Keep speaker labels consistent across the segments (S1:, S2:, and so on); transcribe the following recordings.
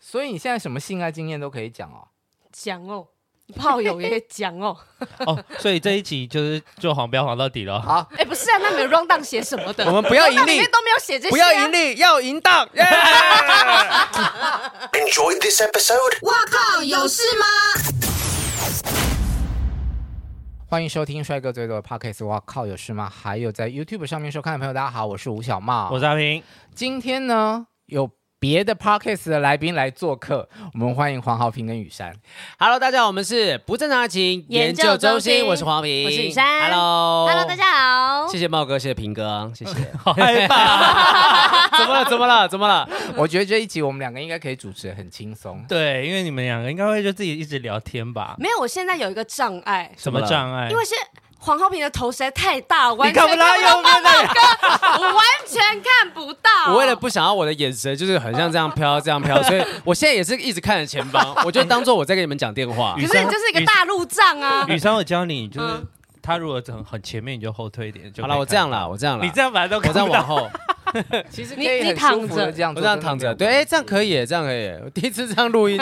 S1: 所以你现在什么性爱经验都可以讲哦。
S2: 讲哦，炮友也讲哦。
S3: 哦，所以这一集就是就黄标黄到底了。
S1: 好，
S2: 哎、不是啊，那没有 round down 写什么 的？
S1: 我们不要
S2: round
S1: 盈
S2: down 里
S1: 利
S2: 面都没有写这些、啊。
S1: 不要盈利，要淫荡。耶
S4: Enjoyed this episode?
S1: 欢迎收听帅哥最多的 Podcast。哇靠，有事吗？还有在 YouTube 上面收看的朋友，大家好，我是吴小茂。
S3: 我是阿平，
S1: 今天呢有别的 Podcast 的来宾来做客，我们欢迎黄豪平跟雨珊。
S5: Hello，大家好，我们是不正常爱情
S2: 研
S5: 研
S2: 究
S5: 究
S2: 中
S5: 中
S2: 心
S5: 心，我是黄平，
S2: 我是雨珊
S5: Hello，
S2: Hello，大。家好。
S5: 哦谢谢茂哥，谢谢平哥，谢 谢。
S3: 好害怕。
S5: 怎么了？怎么了？怎么了？
S1: 我觉得这一集我们两个应该可以主持得很轻松。
S3: 对，因为你们两个应该会就自己一直聊天吧？
S2: 没有，我现在有一个障碍，
S3: 什
S5: 怎
S3: 么
S5: 么了
S3: 障碍
S2: 因？为是黄浩平的头实在太大，完
S3: 哎你
S2: 全看
S3: 看不
S2: 不
S3: 到
S2: 到
S3: 右边的，
S2: 我完全看不到。
S5: 我为了不想要我的眼神就是很像这样飘， 这样飘，所以我现在也是一直看着前方，我就当做我在跟你们讲 电话
S3: 雨。
S2: 可是你就是一个大路障啊！
S3: 雨珊，我教你，就是
S2: 嗯
S3: 他如果很很前面，你就后退一点。就
S5: 好
S3: 可
S5: 了，
S3: 以
S5: 我这样
S3: 看到
S5: 啦，，我这样啦，
S3: 你这样反正都
S5: 我
S3: 看
S5: 这样
S3: 不
S5: 往
S3: 到。
S5: 后，
S1: 其实
S2: 你
S1: 可以
S2: 你
S1: 很
S2: 躺
S1: 舒服
S2: 着
S1: 的这样
S5: 我
S1: 做，
S5: 这样躺着，
S1: 真的
S5: 对，
S1: 没有
S5: 哎，这样可以，这样可以，我第一次这样录音，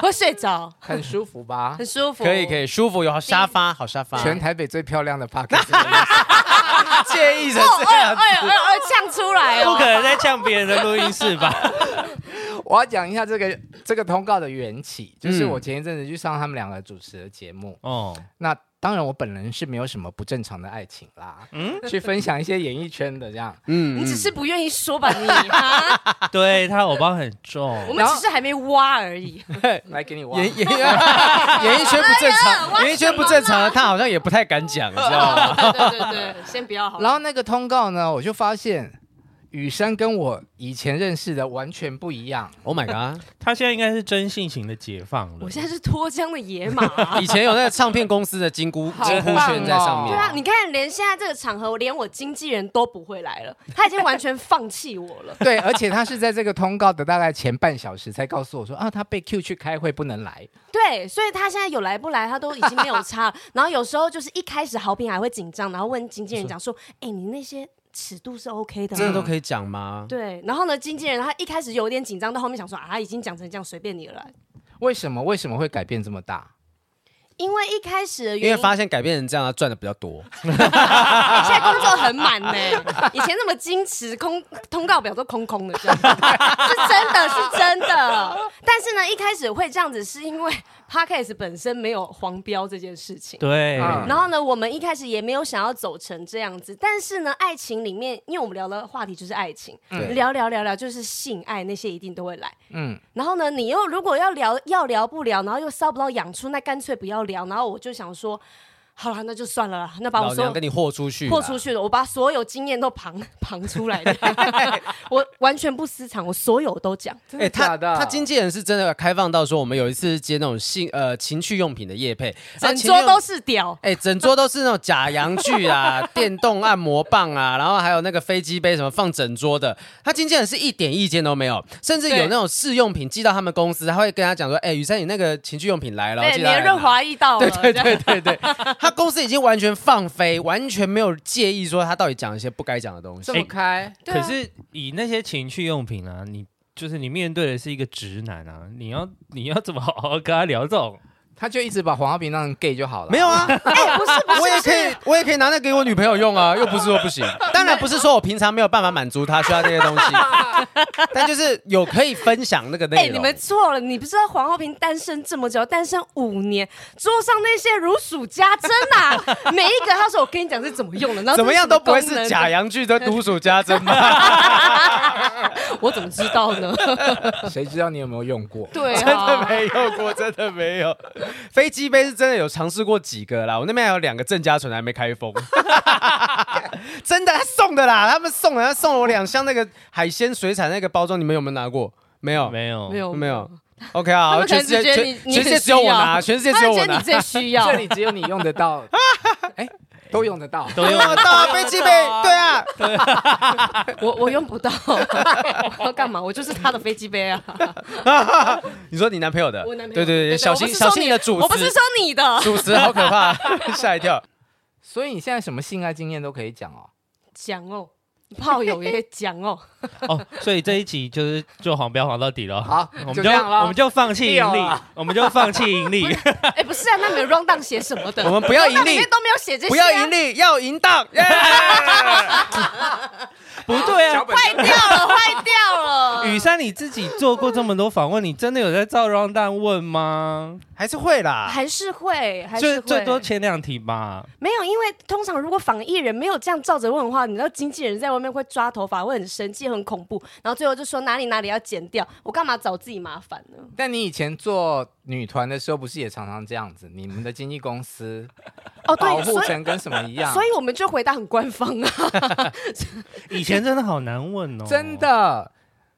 S2: 会睡着，
S1: 很舒服 吧
S2: 很？舒服。
S5: 可以可以，舒服，有好沙发，好沙发，
S1: 全台北最漂 亮的 Podcast，
S5: 介意成
S2: 哦。
S5: 这
S2: 二
S5: 样
S2: 二，二二呛出来
S3: 不
S2: 哦！
S3: 可能在呛别人的录音室 吧？
S1: 我要讲一下这个这个通告的缘起，就是
S5: 嗯
S1: 我前一阵子去上他们两个主持的节目，
S3: 哦，
S1: 那当然我本人是没有什么不正常的爱情啦，嗯，去分享一些演艺圈的这样，
S5: 嗯
S2: 你只是不愿意说吧你？哈
S3: 对他偶包很
S2: 我
S3: 重，
S2: 们只是还没挖而已。
S1: 来给你挖，
S5: 演 演演艺圈不正
S2: 哎
S5: 常，演艺圈不正常了，他好像也不太敢讲，你知 道吗？
S2: 对对对对，先不要好了。
S1: 然后那个通告呢，我就发现雨珊跟我以前认识的完全不一 样，
S5: Oh my god！
S3: 他现在应该是真性情的解放了。
S2: 我现在是脱缰的野 马。
S5: 以前有那个唱片公司的金箍
S1: 好
S5: 金箍圈在上
S1: 棒哦
S5: 面，
S2: 对啊，你看，连现在这个场合，我连我经纪人都不会来 了，他已经完全放弃我了。
S1: 对，而且他是在这个通告的大概前半小时才告诉我说啊，他被 Q 去开会不能来，
S2: 对，所以他现在有来不来，他都已经没有 差了。然后有时候就是一开始豪平还会紧张，然后问经纪人讲说：“哎、你那些尺度是 OK 的
S5: 这个
S2: 吗
S5: 都可以讲吗？
S2: 对，啊然后呢，经纪人他一开始有点紧张，到后面想说啊，已经讲成这样，随便你了。
S1: 为什么为什么会改变这么大？
S2: 因为一开始的
S5: 因
S2: 原
S5: 为
S2: 因，
S5: 发现改变成这样，他赚的比较多。
S2: 现在工作很满呢、以前那么矜持，空通告表都空空的，这样 是真的是真的。但是呢，一开始会这样子，是因为 podcast 本身没有黄标这件事情。
S3: 对，
S1: 嗯
S2: 然后呢，我们一开始也没有想要走成这样子，但是呢，爱情里面，因为我们聊的话题就是爱情，
S1: 对
S2: 聊聊聊聊就是性爱那些一定都会来。
S1: 嗯，
S2: 然后呢，你又如果要聊要聊不聊，然后又烧不到痒处，那干脆不要聊。然后我就想说，好了，那就算了啦，那把
S5: 老
S2: 我说
S5: 娘跟你豁出去，啊
S2: 豁出。去了，我把所有经验都旁 旁出来的，我完全不私藏，我所有都讲。
S1: 真
S5: 哎，
S1: 的
S5: 他
S1: 假的？
S5: 他经纪人是真的开放到说，我们有一次接那种性呃情趣用品的业配，然
S2: 整
S5: 后情趣
S2: 桌
S5: 用
S2: 都是屌，
S5: 哎，整桌都是那种假洋具 啊，电动按摩棒啊，然后还有那个飞机杯什么放整桌的。他经纪人是一点意见都没有，甚至
S2: 对
S5: 有那种试用品寄到他们公司，他会跟他讲说：“哎，雨珊，你那个情趣用品来了，
S2: 对，
S5: 记
S2: 你
S5: 得来
S2: 的润
S5: 拿
S2: 滑液到了，
S5: 对对
S2: 这样
S5: 对对对，他公司已经完全放飞，完全没有介意说他到底讲一些不该讲的东西。
S1: 这么开，
S2: 对
S3: 可
S2: 啊
S3: 是以那些情趣用品啊，你就是你面对的是一个直男啊，你要你要怎么好好跟他聊这种？
S1: 他就一直把黄浩平当成 gay 就好了。
S5: 没有啊，
S2: 哎，不是不是，
S5: 我也可以，我也可以拿那给我女朋友用啊，又不是说不 行。当然不是说我平常没有办法满足她需要这些东西，但就是有可以分享那个
S2: 哎、
S5: 内
S2: 你
S5: 容。
S2: 们错了！你不知道黄浩平单身这么久，单身五年，桌上那些如数家珍啊， 每一个他说我跟你讲是怎么用的，然后
S5: 怎么样都不会是假
S2: 假呀，
S5: 洋剧的独属加针吧？
S2: 我怎么知道呢？
S1: 谁知道你有没有用过？
S2: 对
S5: 真的
S2: 啊，
S5: 没有过，真的没 有。飞机杯是真的有尝试过几个啦，我那边还有两个郑家纯还没开封， 真的他送的啦，他们送的，他送了我两箱那个海鲜水产那个包装，你们有没有拿过？没有，
S3: 没有
S2: 没有
S5: 没有。OK
S2: 他
S5: 啊，好
S2: 们可
S5: 全
S2: 能
S5: 世界
S2: 只觉得
S5: 全
S2: 你你
S5: 全世界只有我拿，全世界
S2: 他
S5: 只有
S2: 们
S5: 我
S2: 觉得
S5: 拿
S2: 你。最 需要
S1: 这。里只有你用得到，哎，都用得到。
S3: 都有
S5: 我啊 到飞机杯，对啊，
S2: 我我用不到， 我要干嘛？我就是他的飞机杯啊！
S5: 你说你男朋友的，
S2: 我男朋友
S5: 对对对，小
S2: 我
S5: 心
S2: 不是
S5: 小
S2: 说
S5: 心你的主
S2: 我不是
S5: 词，
S2: 说啊你的
S5: 主词好 可怕，吓一跳。
S1: 所以你现在什么性爱经验都可以讲哦。
S2: 讲哦，炮友也讲哦，
S3: 哦，所以这一集就是就黄标黄到底了。
S1: 好
S3: 我们
S1: 就
S3: 就
S1: 这样咯
S3: 我们就放弃盈
S1: 没
S3: 利
S1: 有了，
S3: 我们就放弃盈利。
S2: 哎，不是啊，那没有 round down 写什么的，
S5: 我们不要
S2: round
S5: 盈
S2: down 里
S5: 利
S2: 面，都没有写这些，啊
S5: 不要盈，利，要淫荡。耶
S3: 不对啊
S1: 脚，本
S2: 坏掉了，坏掉 了。
S5: 嗯
S3: 雨珊你自己做过这么多访问，你真的有在照 round down 问吗？
S5: 还是会啦。
S2: 还是会，还
S3: 最
S2: 是
S3: 最
S2: 会。
S3: 多前两题吧。
S2: 没有，因为通常如果仿艺人没有这样照着问的话，你知道经纪人在外面会抓头发，会很生气，很恐怖。然后最后就说哪里哪里要剪掉，我干嘛找自己麻烦呢？
S1: 但你以前做女团的时候，不是也常常这样子？你们的经纪公司
S2: 哦，
S1: 保
S2: 对，
S1: 护
S2: 所以
S1: 成跟什么一样？
S2: 所以我们就回答很官方啊。
S3: 以前真的好难问哦，
S1: 真。的，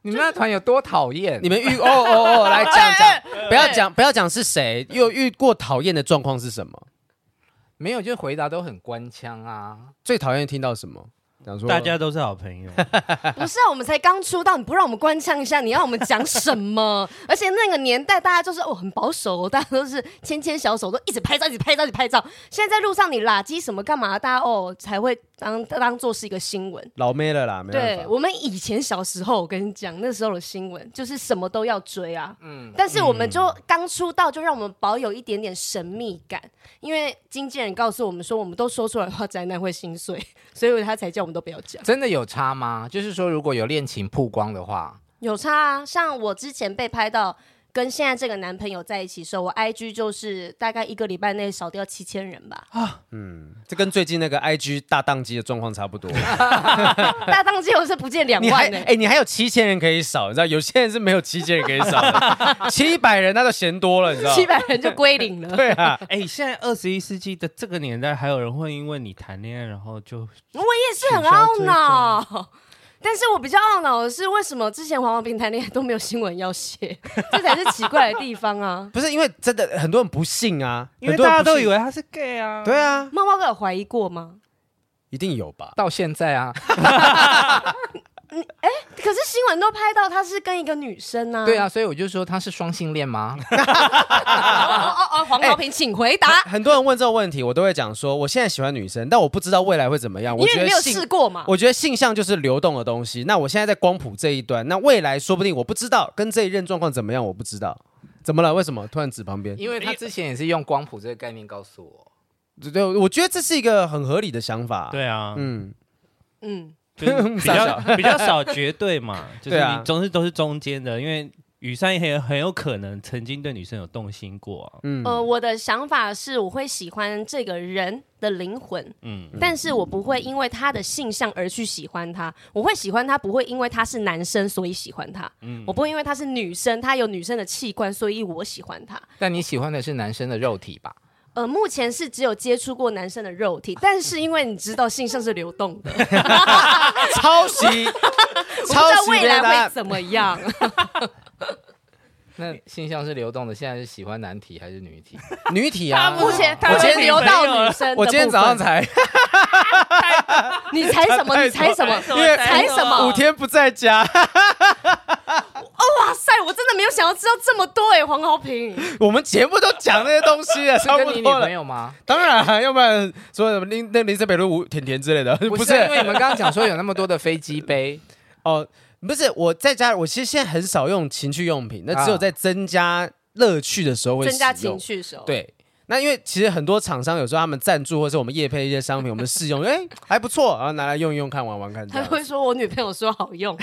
S1: 你们那团有多讨厌？
S5: 你们遇哦哦
S2: 哎
S5: 哦，来讲讲，不要讲不要讲是谁，又遇过讨厌的状况是什么？
S1: 没有，就回答都很官腔啊。
S5: 最讨厌听到什么？讲说
S3: 大家都是好朋友，
S2: 不是啊，我们才刚出道，你不让我们关唱一下，你要我们讲什 么？而且那个年代，大家就是哦很保守哦，大家都是牵牵小手，都一直拍照，一直拍照，一直拍照。现在在路上你拉鸡什么干嘛，大家哦才会当当做是一个新闻。
S5: 老妹了啦，没办
S2: 对
S5: 法。
S2: 我们以前小时候，我跟你讲，那时候的新闻就是什么都要追啊。
S1: 嗯，
S2: 但是我们就刚出道，就让我们保有一点点神秘感，因为经纪人告诉我们说，我们都说出来的话，宅男会心碎，所以他才叫我们都不要讲。
S1: 真的有差吗？就是说，如果有恋情曝光的话，
S2: 有差啊，像我之前被拍到跟现在这个男朋友在一起的时候，我 IG 就是大概一个礼拜内少掉七千人吧。
S5: 啊这跟最近那个 IG 大宕机的状况差 不多。
S2: 大当季我是不见两
S5: 你还
S2: 万呢、
S5: 哎、你还有七千人可以少，你知道有些人是没有七千人可以 少的，七百人那就嫌多了，你知道
S2: 七百人就归零了。
S5: 对啊，
S3: 哎、现在二十一世纪的这个年代，还有人会因为你谈恋爱，然后就
S2: 我也是很懊恼。但是我比较懊恼的是，为什么之前黄黄平谈恋爱都没有新闻要写？ 这才是奇怪的地方啊！
S5: 不是因为真的很多人不信啊，
S3: 因为
S5: 很多人
S3: 大家
S5: 不
S3: 都
S5: 信
S3: 以为他是 gay 啊，
S5: 对啊，
S2: 猫猫哥有怀疑过吗？
S5: 一定有吧？
S1: 到现在啊，
S2: 可是新闻都拍到他是跟一个女生啊。
S1: 对啊，所以我就说他是双性恋吗？
S2: 哦，哦
S5: 哎
S2: 哦哦，黄黄平，请回答，
S5: 很多人问这个问题，我都会讲说，我现在喜欢女生，但我不知道未来会怎么样。
S2: 因
S5: 我觉
S2: 为你
S5: 得
S2: 没有
S5: 性
S2: 试过嘛。
S5: 我觉得性向就是流动的东西。那我现在在光谱这一端，那未来说不定我不知道跟这一任状况怎么样，我不知道。怎么了？为什么突然指旁边？
S1: 因为他之前也是用光谱这个概念告诉我。
S5: 对对，我觉得这是一个很合理的想法。，
S3: 对啊，
S5: 嗯，
S2: 嗯，
S3: 就是比较比较少绝对嘛，就是
S5: 对啊
S3: 你总是都是中间的，因为雨山也很有很有可能曾经对女生有动心过啊，
S5: 嗯
S2: 呃，我的想法是，我会喜欢这个人的灵魂，
S3: 嗯，
S2: 但是我不会因为他的性向而去喜欢他，我会喜欢他，不会因为他是男生所以喜欢他，
S5: 嗯
S2: 我不会因为他是女生，他有女生的器官，所以我喜欢他。
S1: 但你喜欢的是男生的肉体吧？
S2: 呃，目前是只有接触过男生的肉体，但是因为你知道性向是流动 的，
S5: 抄袭，
S2: 不知
S5: 抄
S2: 道
S5: 袭
S2: 未
S5: 别人的答
S2: 来
S5: 案
S2: 会怎么 样。
S1: 那性向是流动的，现在是喜欢男体还是女体？
S5: 女体啊。
S2: 目前
S3: 他
S2: 我
S5: 今
S2: 先
S5: 天
S2: 留到女生的部分，
S5: 我今天早上才，
S2: 你猜什 么？你猜什么？
S5: 因为
S2: 猜什么？
S5: 五天不在家，
S2: 哇塞，我真的没有想要知道这么多哎、黄豪平。
S5: 我们节目都讲那些东西了，
S1: 是
S5: 差
S1: 跟
S5: 不
S1: 你女
S5: 多
S1: 朋
S5: 了。
S1: 友吗？
S5: 当然啊，要不然说什么林那林森北路五甜甜之类的，不
S1: 不是，因为你们刚刚讲说有那么多的飞机杯，
S5: 哦，不是我在家，我其实现在很少用情趣用品，那只有
S1: 啊
S5: 在增加乐趣的时候会
S2: 增加
S5: 使用
S2: 情。绪手。，
S5: 对，那因为其实很多厂商有时候他们赞助或是我们业配一些商品，我 们试用，哎，还不错，然后拿来用一用看，玩玩看 这
S2: 他
S5: 样。
S2: 会说我女朋友说好 用。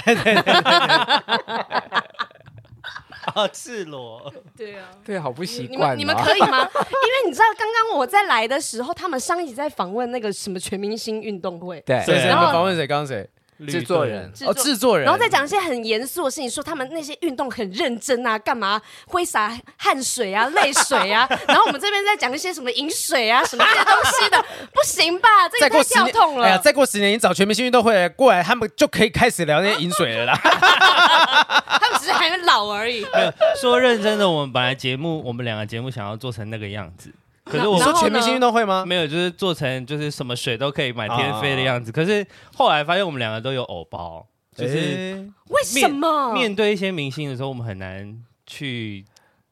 S3: 啊，赤裸，
S2: 对啊。
S1: 对，好不习
S2: 你
S1: 惯、哦
S2: 们你们可以 吗？因为你知道，刚刚我在来的时候，他们上一集在访问那个什么全明星运动会
S1: 对
S5: 谁谁？你
S2: 然
S5: 们
S2: 后
S5: 访问谁？刚刚谁？
S1: 制作人
S2: 制
S5: 啊哦，
S2: 作，
S5: 制作人。
S2: 然后再讲一些很严肃的事情，说他们那些运动很认真啊，干嘛挥洒汗水啊、泪水 啊，然后我们这边在讲一些什么饮水啊、什么这些东西的， 不行吧？这
S5: 再
S2: 个
S5: 过
S2: 太
S5: 十
S2: 跳
S5: 年
S2: 痛，
S5: 哎呀，
S2: 了。
S5: 再过十年，你找全明星运动会过来，他们就可以开始聊那些饮水了啦。
S2: 他们只是还没老而 已。
S3: 没有说认真的，我们本来节目我们两个节目想要做成那个样子，可是
S2: 那
S3: 我
S5: 你
S2: 然
S3: 们
S5: 说
S2: 后
S5: 全明星
S2: 呢
S5: 运动会吗？
S3: 没有，就是做成就是什么水都可以满天飞的样子。可是后来发现我们两个都有偶包，就是
S5: 哎
S2: 为什么？
S3: 面对一些明星的时候，我们很难去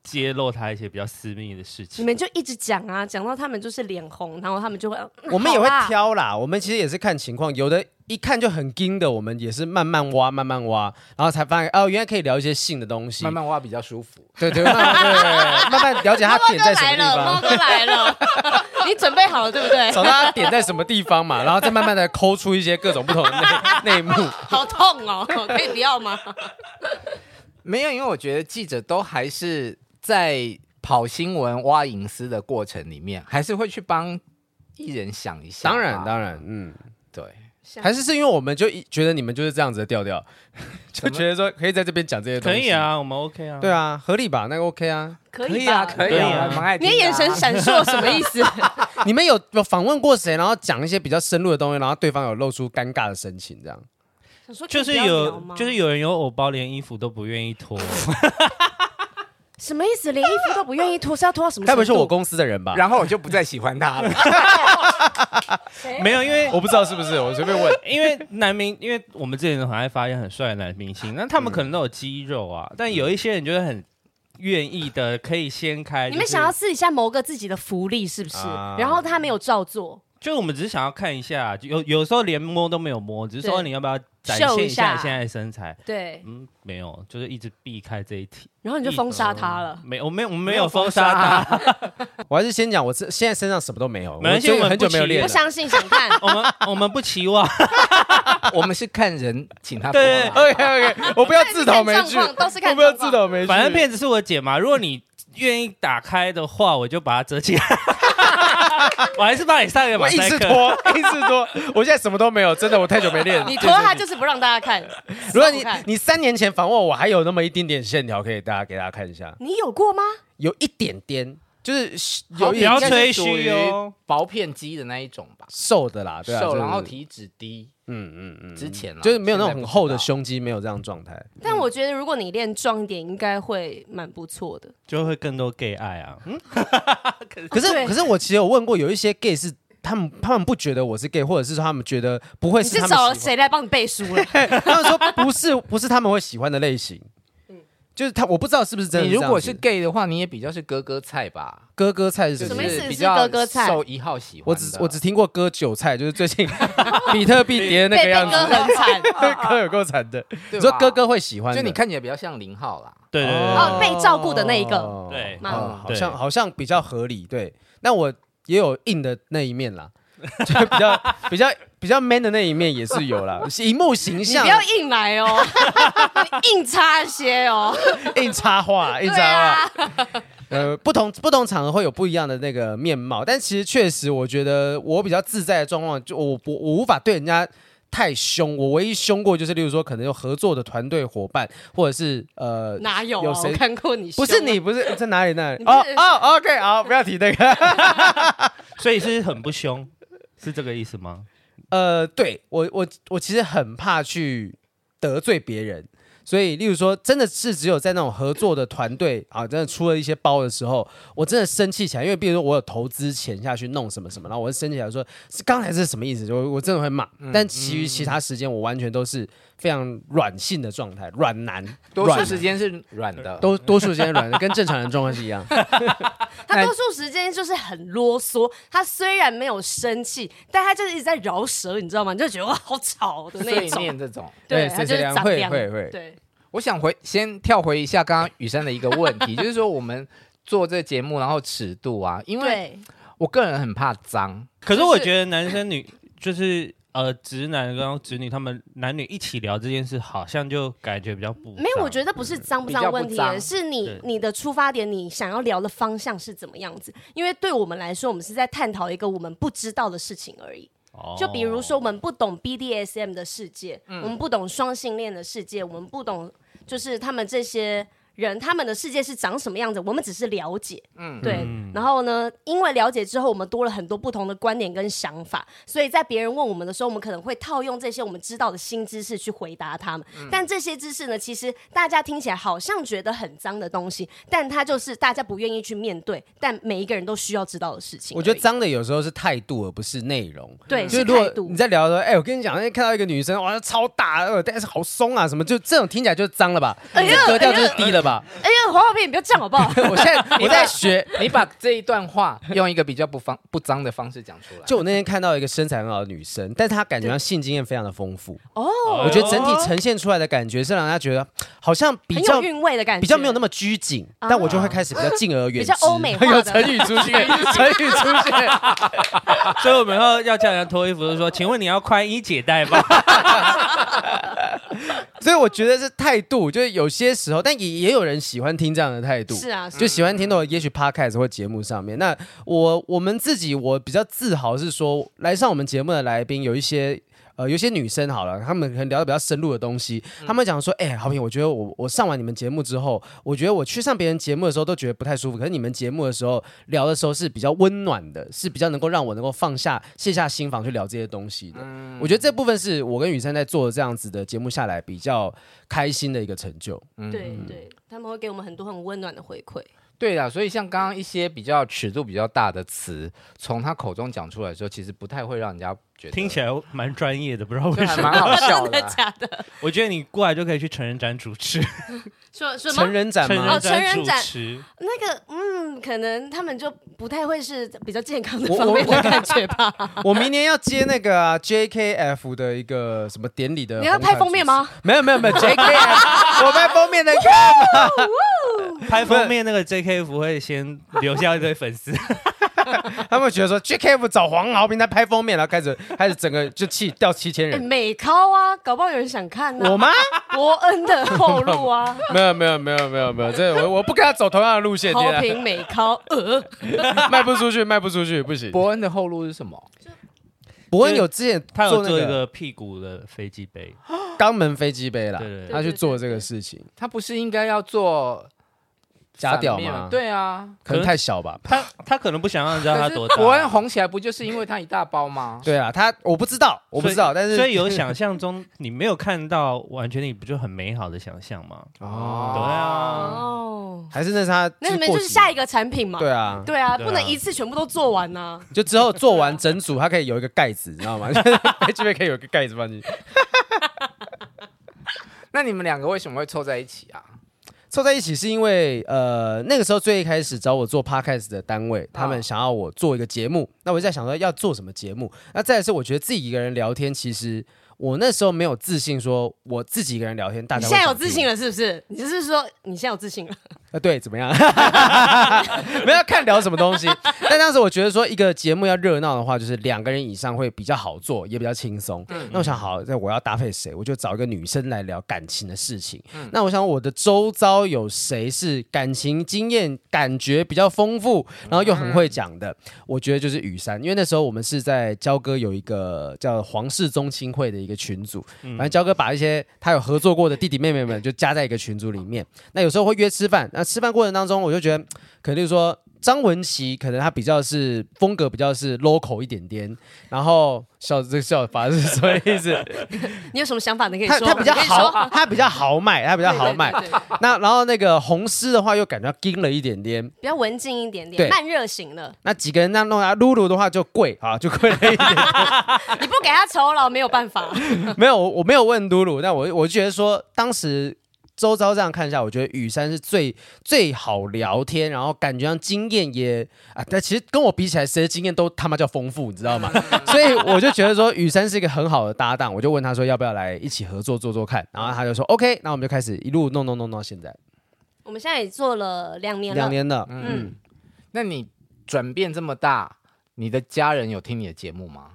S3: 揭露他一些比较私密的事
S2: 你
S3: 情。
S2: 们就一直讲啊，讲到他们就是脸红，然后他们就会，嗯
S5: 我们也会
S2: 好啦
S5: 挑啦，我们其实也是看情况，有的一看就很硬的，我们也是慢慢挖，慢慢挖，然后才发现哦，原来可以聊一些性的东西。
S1: 慢慢挖比较舒服。
S5: 对对，慢慢对对对慢慢了解他
S2: 猫
S5: 点
S2: 哥
S5: 在什么
S2: 来
S5: 地
S2: 了，猫
S5: 方，
S2: 哥来了， 你准备好了对不对？
S5: 找到他点在什么地方嘛，然后再慢慢的抠出一些各种不同的内内幕。
S2: 好痛哦，可以不要吗？
S1: 没有，因为我觉得记者都还是在跑新闻、挖隐私的过程里面，还是会去帮艺人想一下吧。
S5: 当然当然，嗯，
S1: 对，
S5: 还是是因为我们就一觉得你们就是这样子的调调，就觉得说可以在这边讲这些东
S3: 可
S5: 西。
S3: 以，啊，我们 OK 啊。
S5: 对，啊，合理吧？那个 OK 啊。
S2: 可
S1: 可以
S2: 吧
S1: 啊，可以
S3: 对
S1: 啊，
S3: 啊
S1: 蛮爱听
S2: 你
S1: 的啊
S2: 的眼神闪烁什么意思？
S5: 你们有有访问过谁，然后讲一些比较深入的东西，然后对方有露出尴尬的神情，这样？
S2: 想说可以
S3: 就
S2: 不
S3: 是
S2: 要聊
S3: 有
S2: 吗
S3: 就是有人有偶包，连衣服都不愿意脱。
S2: 什么意思？连衣服都不愿意脱，是要脱到什么程度？
S5: 该不会是我公司的人 吧？
S1: 然后我就不再喜欢他了。
S2: 谁啊
S3: 没有，因为
S5: 我不知道是不是，我随便问。
S3: 因为男明，因为我们之前很爱发现很帅的男明星，那他们可能都有肌肉啊，但有一些人就会很愿意的，可以掀开。
S2: 你
S3: 就
S2: 们
S3: 是
S2: 想要，试一下谋个自己的福利是不是？
S5: 啊
S2: 然后他没有照做，
S3: 就我们只是想要看一下，啊就有有时候连摸都没有摸，只是说
S2: 对
S3: 你要不要展
S2: 秀
S3: 现
S2: 一
S3: 一下
S2: 下
S3: 现在的身材。
S2: 对，
S3: 嗯，没有，就是一直避开这一题。
S2: 然后你就封杀他了。
S3: 没，我没有，我没
S1: 没有
S3: 有封
S1: 封杀
S3: 杀他。
S5: 我还是先讲，我这现在身上什么都没有，
S3: 没关系
S5: 最近
S3: 我们
S5: 很久没有
S3: 不急
S5: 练
S2: 不
S5: 了。
S2: 相信，想 看
S3: 我们我们不期望，
S1: 我们是看人请他过
S3: 对
S1: 来。
S5: OK OK，我不要自讨没
S2: 看
S5: 趣，
S2: 状况都是看
S5: 我不要
S2: 状
S5: 自
S2: 况
S5: 讨没趣。
S3: 反正骗子是我姐嘛。如果你愿意打开的话，我就把它折起 来。我还是把你上一个马
S5: 我一
S3: 赛
S5: 直
S3: 克。
S5: 拖，一直拖。我现在什么都没有，真的，我太久没练了。
S2: 你脱他就是不让大家看。
S5: 如果
S2: 不
S5: 你
S2: 看
S5: 你三年前访问我，我还有那么一丁点线条，可以大家给大家看一下，
S2: 你有过吗？
S5: 有一点点，就是
S1: 好
S5: 有
S3: 不
S5: 一
S1: 应
S3: 要
S1: 该是
S3: 吹
S1: 属于
S3: 嘘哦。
S1: 薄片肌的那一种吧，
S5: 瘦的啦，对啊，
S1: 瘦
S5: 就是
S1: 然后体脂低，
S5: 嗯嗯嗯，
S1: 之前啦
S5: 就是没有那种
S1: 现在不
S5: 很
S1: 知道
S5: 厚的胸肌，没有这样的状态。
S2: 但我觉得如果你练壮一点，应该会蛮不错的。
S3: 就会更多 gay 爱啊。嗯，
S5: 可是
S2: 哦对
S5: 可是我其实有问过，有一些 gay 是他们他们不觉得我是 gay，或者是说他们觉得不会
S2: 你
S5: 是
S2: 是
S5: 他
S2: 找了
S5: 们喜
S2: 谁来帮你背书了？
S5: 欢， 他们说不是不是他们会喜欢的类型。就是他，我不知道是不是真的
S1: 你
S5: 这
S1: 如
S5: 样子。
S1: 果是 gay 的话，你也比较是哥哥菜吧？
S5: 哥哥菜是
S1: 就
S5: 什
S2: 什么
S5: 么意
S2: 意
S5: 思？
S2: 思
S1: 是比
S2: 是
S1: 较
S2: 哥哥菜
S1: 受一号喜欢的。
S5: 我只我只听过割韭菜，就是最近 比特币跌的
S2: 被
S5: 那个
S2: 被割
S5: 样子，
S2: 很 惨
S5: 割有够惨的。
S1: 对
S5: 你
S1: 吧
S5: 说哥哥会喜欢的，
S1: 就你看起来比较像零号啦。
S3: 对对对对
S2: 哦被照顾的那一个
S5: 哦
S3: 对
S2: 妈
S5: 哦
S2: 妈
S5: 好
S3: 对
S5: 像好像比较合理。对，那我也有硬的那一面啦， 就比较比较比较 man 的那一面也是有啦，荧幕形
S2: 你
S5: 象
S2: 不要硬来 哦，你硬插一些哦。
S5: 硬插话，硬
S2: 对
S5: 插话。
S2: 啊，
S5: 呃，不同不同场合会有不一样的那个面貌，但其实确实，我觉得我比较自在的状况，就我我我无法对人家太凶。我唯一凶过就是，例如说，可能有合作的团队伙伴，或者是呃，
S2: 哪有啊？
S5: 有谁
S2: 我看过你，
S5: 不是你，。不是在哪里那里？
S2: 你不
S5: 哦
S2: 是
S5: 哦，OK，好，不要提那个。
S3: 所以是很不凶，是这个意思吗？
S5: 呃，对我我我其实很怕去得罪别人，所以例如说，真的是只有在那种合作的团队啊，真的出了一些包的时候，我真的生气起来，因为比如说我有投资钱下去弄什么什么，然后我就生气起来说，是刚才是什么意思？就我我真的会骂，但其余其他时间我完全都是非常软性的状态，软男，
S1: 多数
S5: 软
S1: 时间是软的，
S5: 多多数时间软的，跟正常人状况是一样。哎
S2: 他多数时间就是很啰嗦，他虽然没有生气，但他就是一直在饶舌，你知道吗？你就觉得哇，好吵的那
S1: 碎
S2: 一种。
S1: 念这 种。
S5: 对
S2: 他就
S5: 碎碎
S2: 是
S5: 念
S2: 张
S5: 哎会
S2: 良
S5: 会会
S2: 对，
S1: 我想回先跳回一下刚刚雨珊的一个问 题，就是说我们做这节目，然后尺度啊，因为
S2: 对，
S1: 我个人很怕脏，
S3: 可是
S1: 就是
S3: 我觉得男生女就是呃直男跟直女他们男女一起聊这件事，好像就感觉比较不
S2: 没有，我觉
S3: 得
S2: 得不是脏嗯不
S1: 比较
S2: 脏
S1: 不
S2: 问题
S1: 脏，
S2: 是你
S3: 对
S2: 你的出发点，你想要聊的方向是怎么样子？因为对我们来说，我们是在探讨一个我们不知道的事情而已。
S3: 哦
S5: 哦
S2: 就比如说，我们不懂 BDSM 的世界，
S5: 嗯
S2: 我们不懂双性恋的世界，我们不懂就是他们这些人他们的世界是长什么样子，我们只是了解，嗯，对。然后呢，因为了解之后，我们多了很多不同的观点跟想法，所以在别人问我们的时候，我们可能会套用这些我们知道的新知识去回答他们。
S5: 嗯
S2: 但这些知识呢，其实大家听起来好像觉得很脏的东西，但它就是大家不愿意去面对，但每一个人都需要知道的事情而已。
S5: 我觉得脏的有时候是态度，而不是内容。
S2: 对
S5: 就是是如果
S2: 态度
S5: 你在聊的时候，哎、我跟你讲，哎看到一个女生，哇，超大，呃但是好松啊，什么，就这种听起来就脏了吧，
S2: 哎呀
S5: 这格调就是低了 吧，吧？
S2: 哎呀，黄浩平，你不要这样好不好？
S1: 我现在
S5: 我在学。
S1: 你把这一段话用一个比较不方不脏的方式讲出来，
S5: 就我那天看到一个身材很好的女生，但她感觉上性经验非常的丰富，
S2: 哦，
S3: 哎
S5: 我觉得整体呈现出来的感觉是让人家觉得好像比
S2: 很
S5: 较
S2: 有韵味的感觉，
S5: 比较没有那么拘谨，
S2: 啊
S5: 但我就会开始比较敬而远之，
S2: 比较欧美化的
S5: 有成语出 现，成语出现，
S3: 啊所以我们要要叫人家脱衣服，就说：“请问你要宽衣解带吗
S5: 所以我觉得是态度，就是有些时候，但也也有人喜欢听这样的态度，
S2: 是啊，是啊
S5: 就喜欢听到也许 podcast 或节目上面。那我我们自己，我比较自豪是说，来上我们节目的来宾有一些。呃，有一些女生好了，她们可能聊的比较深入的东西，
S2: 嗯
S5: 她们讲说，哎、好平，我觉得我我上完你们节目之后，我觉得我去上别人节目的时候都觉得不太舒服，可是你们节目的时候聊的时候是比较温暖的，是比较能够让我能够放下卸下心防去聊这些东西的。
S2: 嗯
S5: 我觉得这部分是我跟雨珊在做这样子的节目下来比较开心的一个成就。
S3: 嗯
S2: 对对，他们会给我们很多很温暖的回 馈。
S1: 对啦，所以像刚刚一些比较尺度比较大的词，从他口中讲出来的时候，其实不太会让人家觉？”得
S3: 听起来蛮专业的，不知
S1: 就
S3: 道为
S1: 还
S3: 什么。
S1: 蛮好笑
S2: 真
S1: 的
S2: 的
S1: 啊、
S2: 假的？
S3: 我觉得你过来就可以去成人展主持，
S2: 说什
S5: 成
S2: 么？
S5: 人展
S3: 成
S5: 吗
S3: 人？
S2: 哦成
S3: 展
S2: 人
S3: 主
S2: 展
S3: 持。
S2: 那个嗯，可能他们就不太会是比较健康的
S5: 我
S2: 方
S5: 我
S2: 面
S5: 我
S2: 的感觉吧。
S5: 我明年要接那个、啊、JKF 的一个什么典礼的，
S2: 你要拍封面？吗？
S5: 没有没有 没有 JKF，我拍封面的看。
S3: 拍封面那个 JK 不会先留下一堆粉丝，
S5: 他们会觉得说 JKF 找黄豪平在拍封面，然后开始开始整个就气掉七千
S2: 哎，
S5: 人。
S2: 美高啊，搞不好有人想看呢。
S5: 我吗？
S2: 伯恩的后路 啊，
S5: 没有没有没有没有没有，这我我不跟他走同样的路线，
S2: 好
S5: 天啊
S2: 评美高，呃，
S5: 卖不出去，卖不出去，不行。
S1: 伯恩的后路是什么？
S5: 伯恩有之前
S3: 他有
S5: 那
S3: 做一个屁股的飞机杯，
S5: 肛门飞机杯啦，
S3: 对对对
S5: 他去做这个事情，
S1: 他不是应该要做
S5: 假屌
S1: 反面
S5: 吗？，
S1: 对啊，
S5: 可能太小吧。
S3: 他他可能不想让人知道啊他
S1: 可是
S3: 多大。
S1: 伯恩红起来不就是因为他一大包吗？
S5: 对啊，他我不知道，我不知
S3: 所
S5: 道，
S3: 以
S5: 但是
S3: 所以有想象中你没有看到，完全你不就很美好的想象吗？对
S1: 哦，
S3: 啊，
S2: 哦，
S5: 还是那是他
S2: 那你们
S5: 过
S2: 就
S5: 几
S2: 是下一个产品嘛？
S5: 嗯对啊，
S2: 对啊，
S3: 对啊
S2: 不能一次全部都做完啊呐。
S5: 就之后做完整组，它可以有一个盖子，你知道吗？ 飞机杯可以有一个盖子放进去，
S1: 那你们两个为什么会凑在一起啊？
S5: 凑在一起是因为呃那个时候最一开始找我做 podcast 的单位，他
S2: 哦
S5: 们想要我做一个节目，那我就在想说要做什么节目。那再来是我觉得自己一个人聊天，其实我那时候没有自信，说我自己一个人聊天，大
S2: 你
S5: 家
S2: 现在有
S5: 啊会想听
S2: 自信了是不是？你就是说你现在有自信了？
S5: 啊，对，怎么样？ 没有要看聊什么东西。但当时我觉得说，一个节目要热闹的话，就是两个人以上会比较好做，也比较轻松。那我想，好，那我要搭配谁？我就找一个女生来聊感情的事情。那我想，我的周遭有谁是感情经验感觉比较丰富，然后又很会讲的？我觉得就是雨珊，因为那时候我们是在焦哥有一个叫皇室宗亲会的一个群组，反正焦哥把一些他有合作过的弟弟妹妹们就加在一个群组里面。那有时候会约吃饭，那吃饭过程当中，我就觉得，可能就是说张文琪，可能他比较是风格比较是 local 一点点，然后笑这个笑法是什么 意思？
S2: 你有什么想法？你可以
S5: 他
S2: 说，
S5: 他比较
S2: 你可以说
S5: 豪，他比较豪迈，他比较豪迈
S2: 对。对对对
S5: 那然后那个红狮的话，又感觉到硬了一点点。
S2: 比较文静一点点，
S5: 对
S2: 慢热型的。
S5: 那几个人那弄啊，露露的话就贵啊，就贵了一点。
S2: 你不给他酬劳没有办法。
S5: 没有，我我没有问露露，但我我觉得说当时。周遭这样看一下，我觉得雨山是最最好聊天，然后感觉上经验也啊，但其实跟我比起来，谁的经验都他妈叫丰富，你知道吗？ 所以我就觉得说雨山是一个很好的搭档，我就问他说要不要来一起合作做做看，然后他就说 OK，那我们就开始一路弄弄弄到现在
S2: 我们现在也做了两年了，
S5: 两年了，
S2: 嗯，
S1: 那你转变这么大，你的家人有听你的节目吗？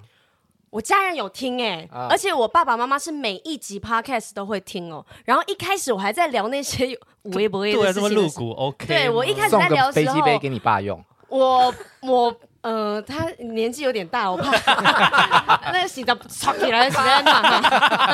S2: 我家人有听哎、
S1: 啊
S2: 而且我爸爸妈妈是每一集 podcast 都会听哦。然后一开始我还在聊那些有微 博的
S3: 对啊，
S2: 事
S3: 这
S2: 情
S3: 么
S2: 的
S3: 露
S2: 时候，
S3: 骨，OK 吗。
S2: 对我一开始
S1: 送
S2: 在聊
S1: 个
S2: 的
S1: 飞
S2: 时
S1: 机
S2: 候，
S1: 杯给你爸用，
S2: 我我呃，他年纪有点大，我怕 那个洗澡吵起来，洗在哪嘛？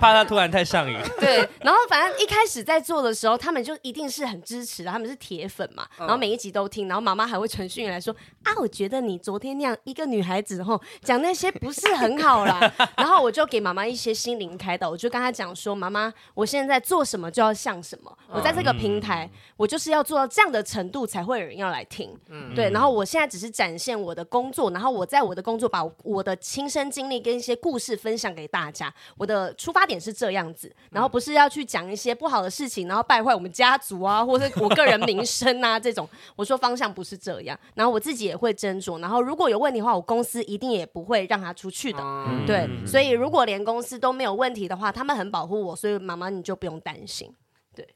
S3: 怕他突然太 上瘾，
S2: 对，然后反正一开始在做的时候，他们就一定是很支持的，他们是铁粉嘛。然后每一集都听，然后妈妈还会传讯来说啊，我觉得你昨天那样一个女孩子吼讲那些不是很好啦。然后我就给妈妈一些心灵开导，我就跟她讲说，妈妈，我现在做什么就要像什么，我在这个平台，我就是要做到这样的程度才会有人要来听。对，然后我现在只是展现我的工作，然后我在我的工作把我的亲身经历跟一些故事分享给大家。我的出发点是这样子，然后不是要去讲一些不好的事情，然后败坏我们家族啊，或者我个人名声啊这种。我说方向不是这样，然后我自己也会斟酌，然后如果有问题的话，我公司一定也不会让他出去的。
S1: 嗯
S2: 对，所以如果连公司都没有问题的话，他们很保护我，所以妈妈你就不用担心，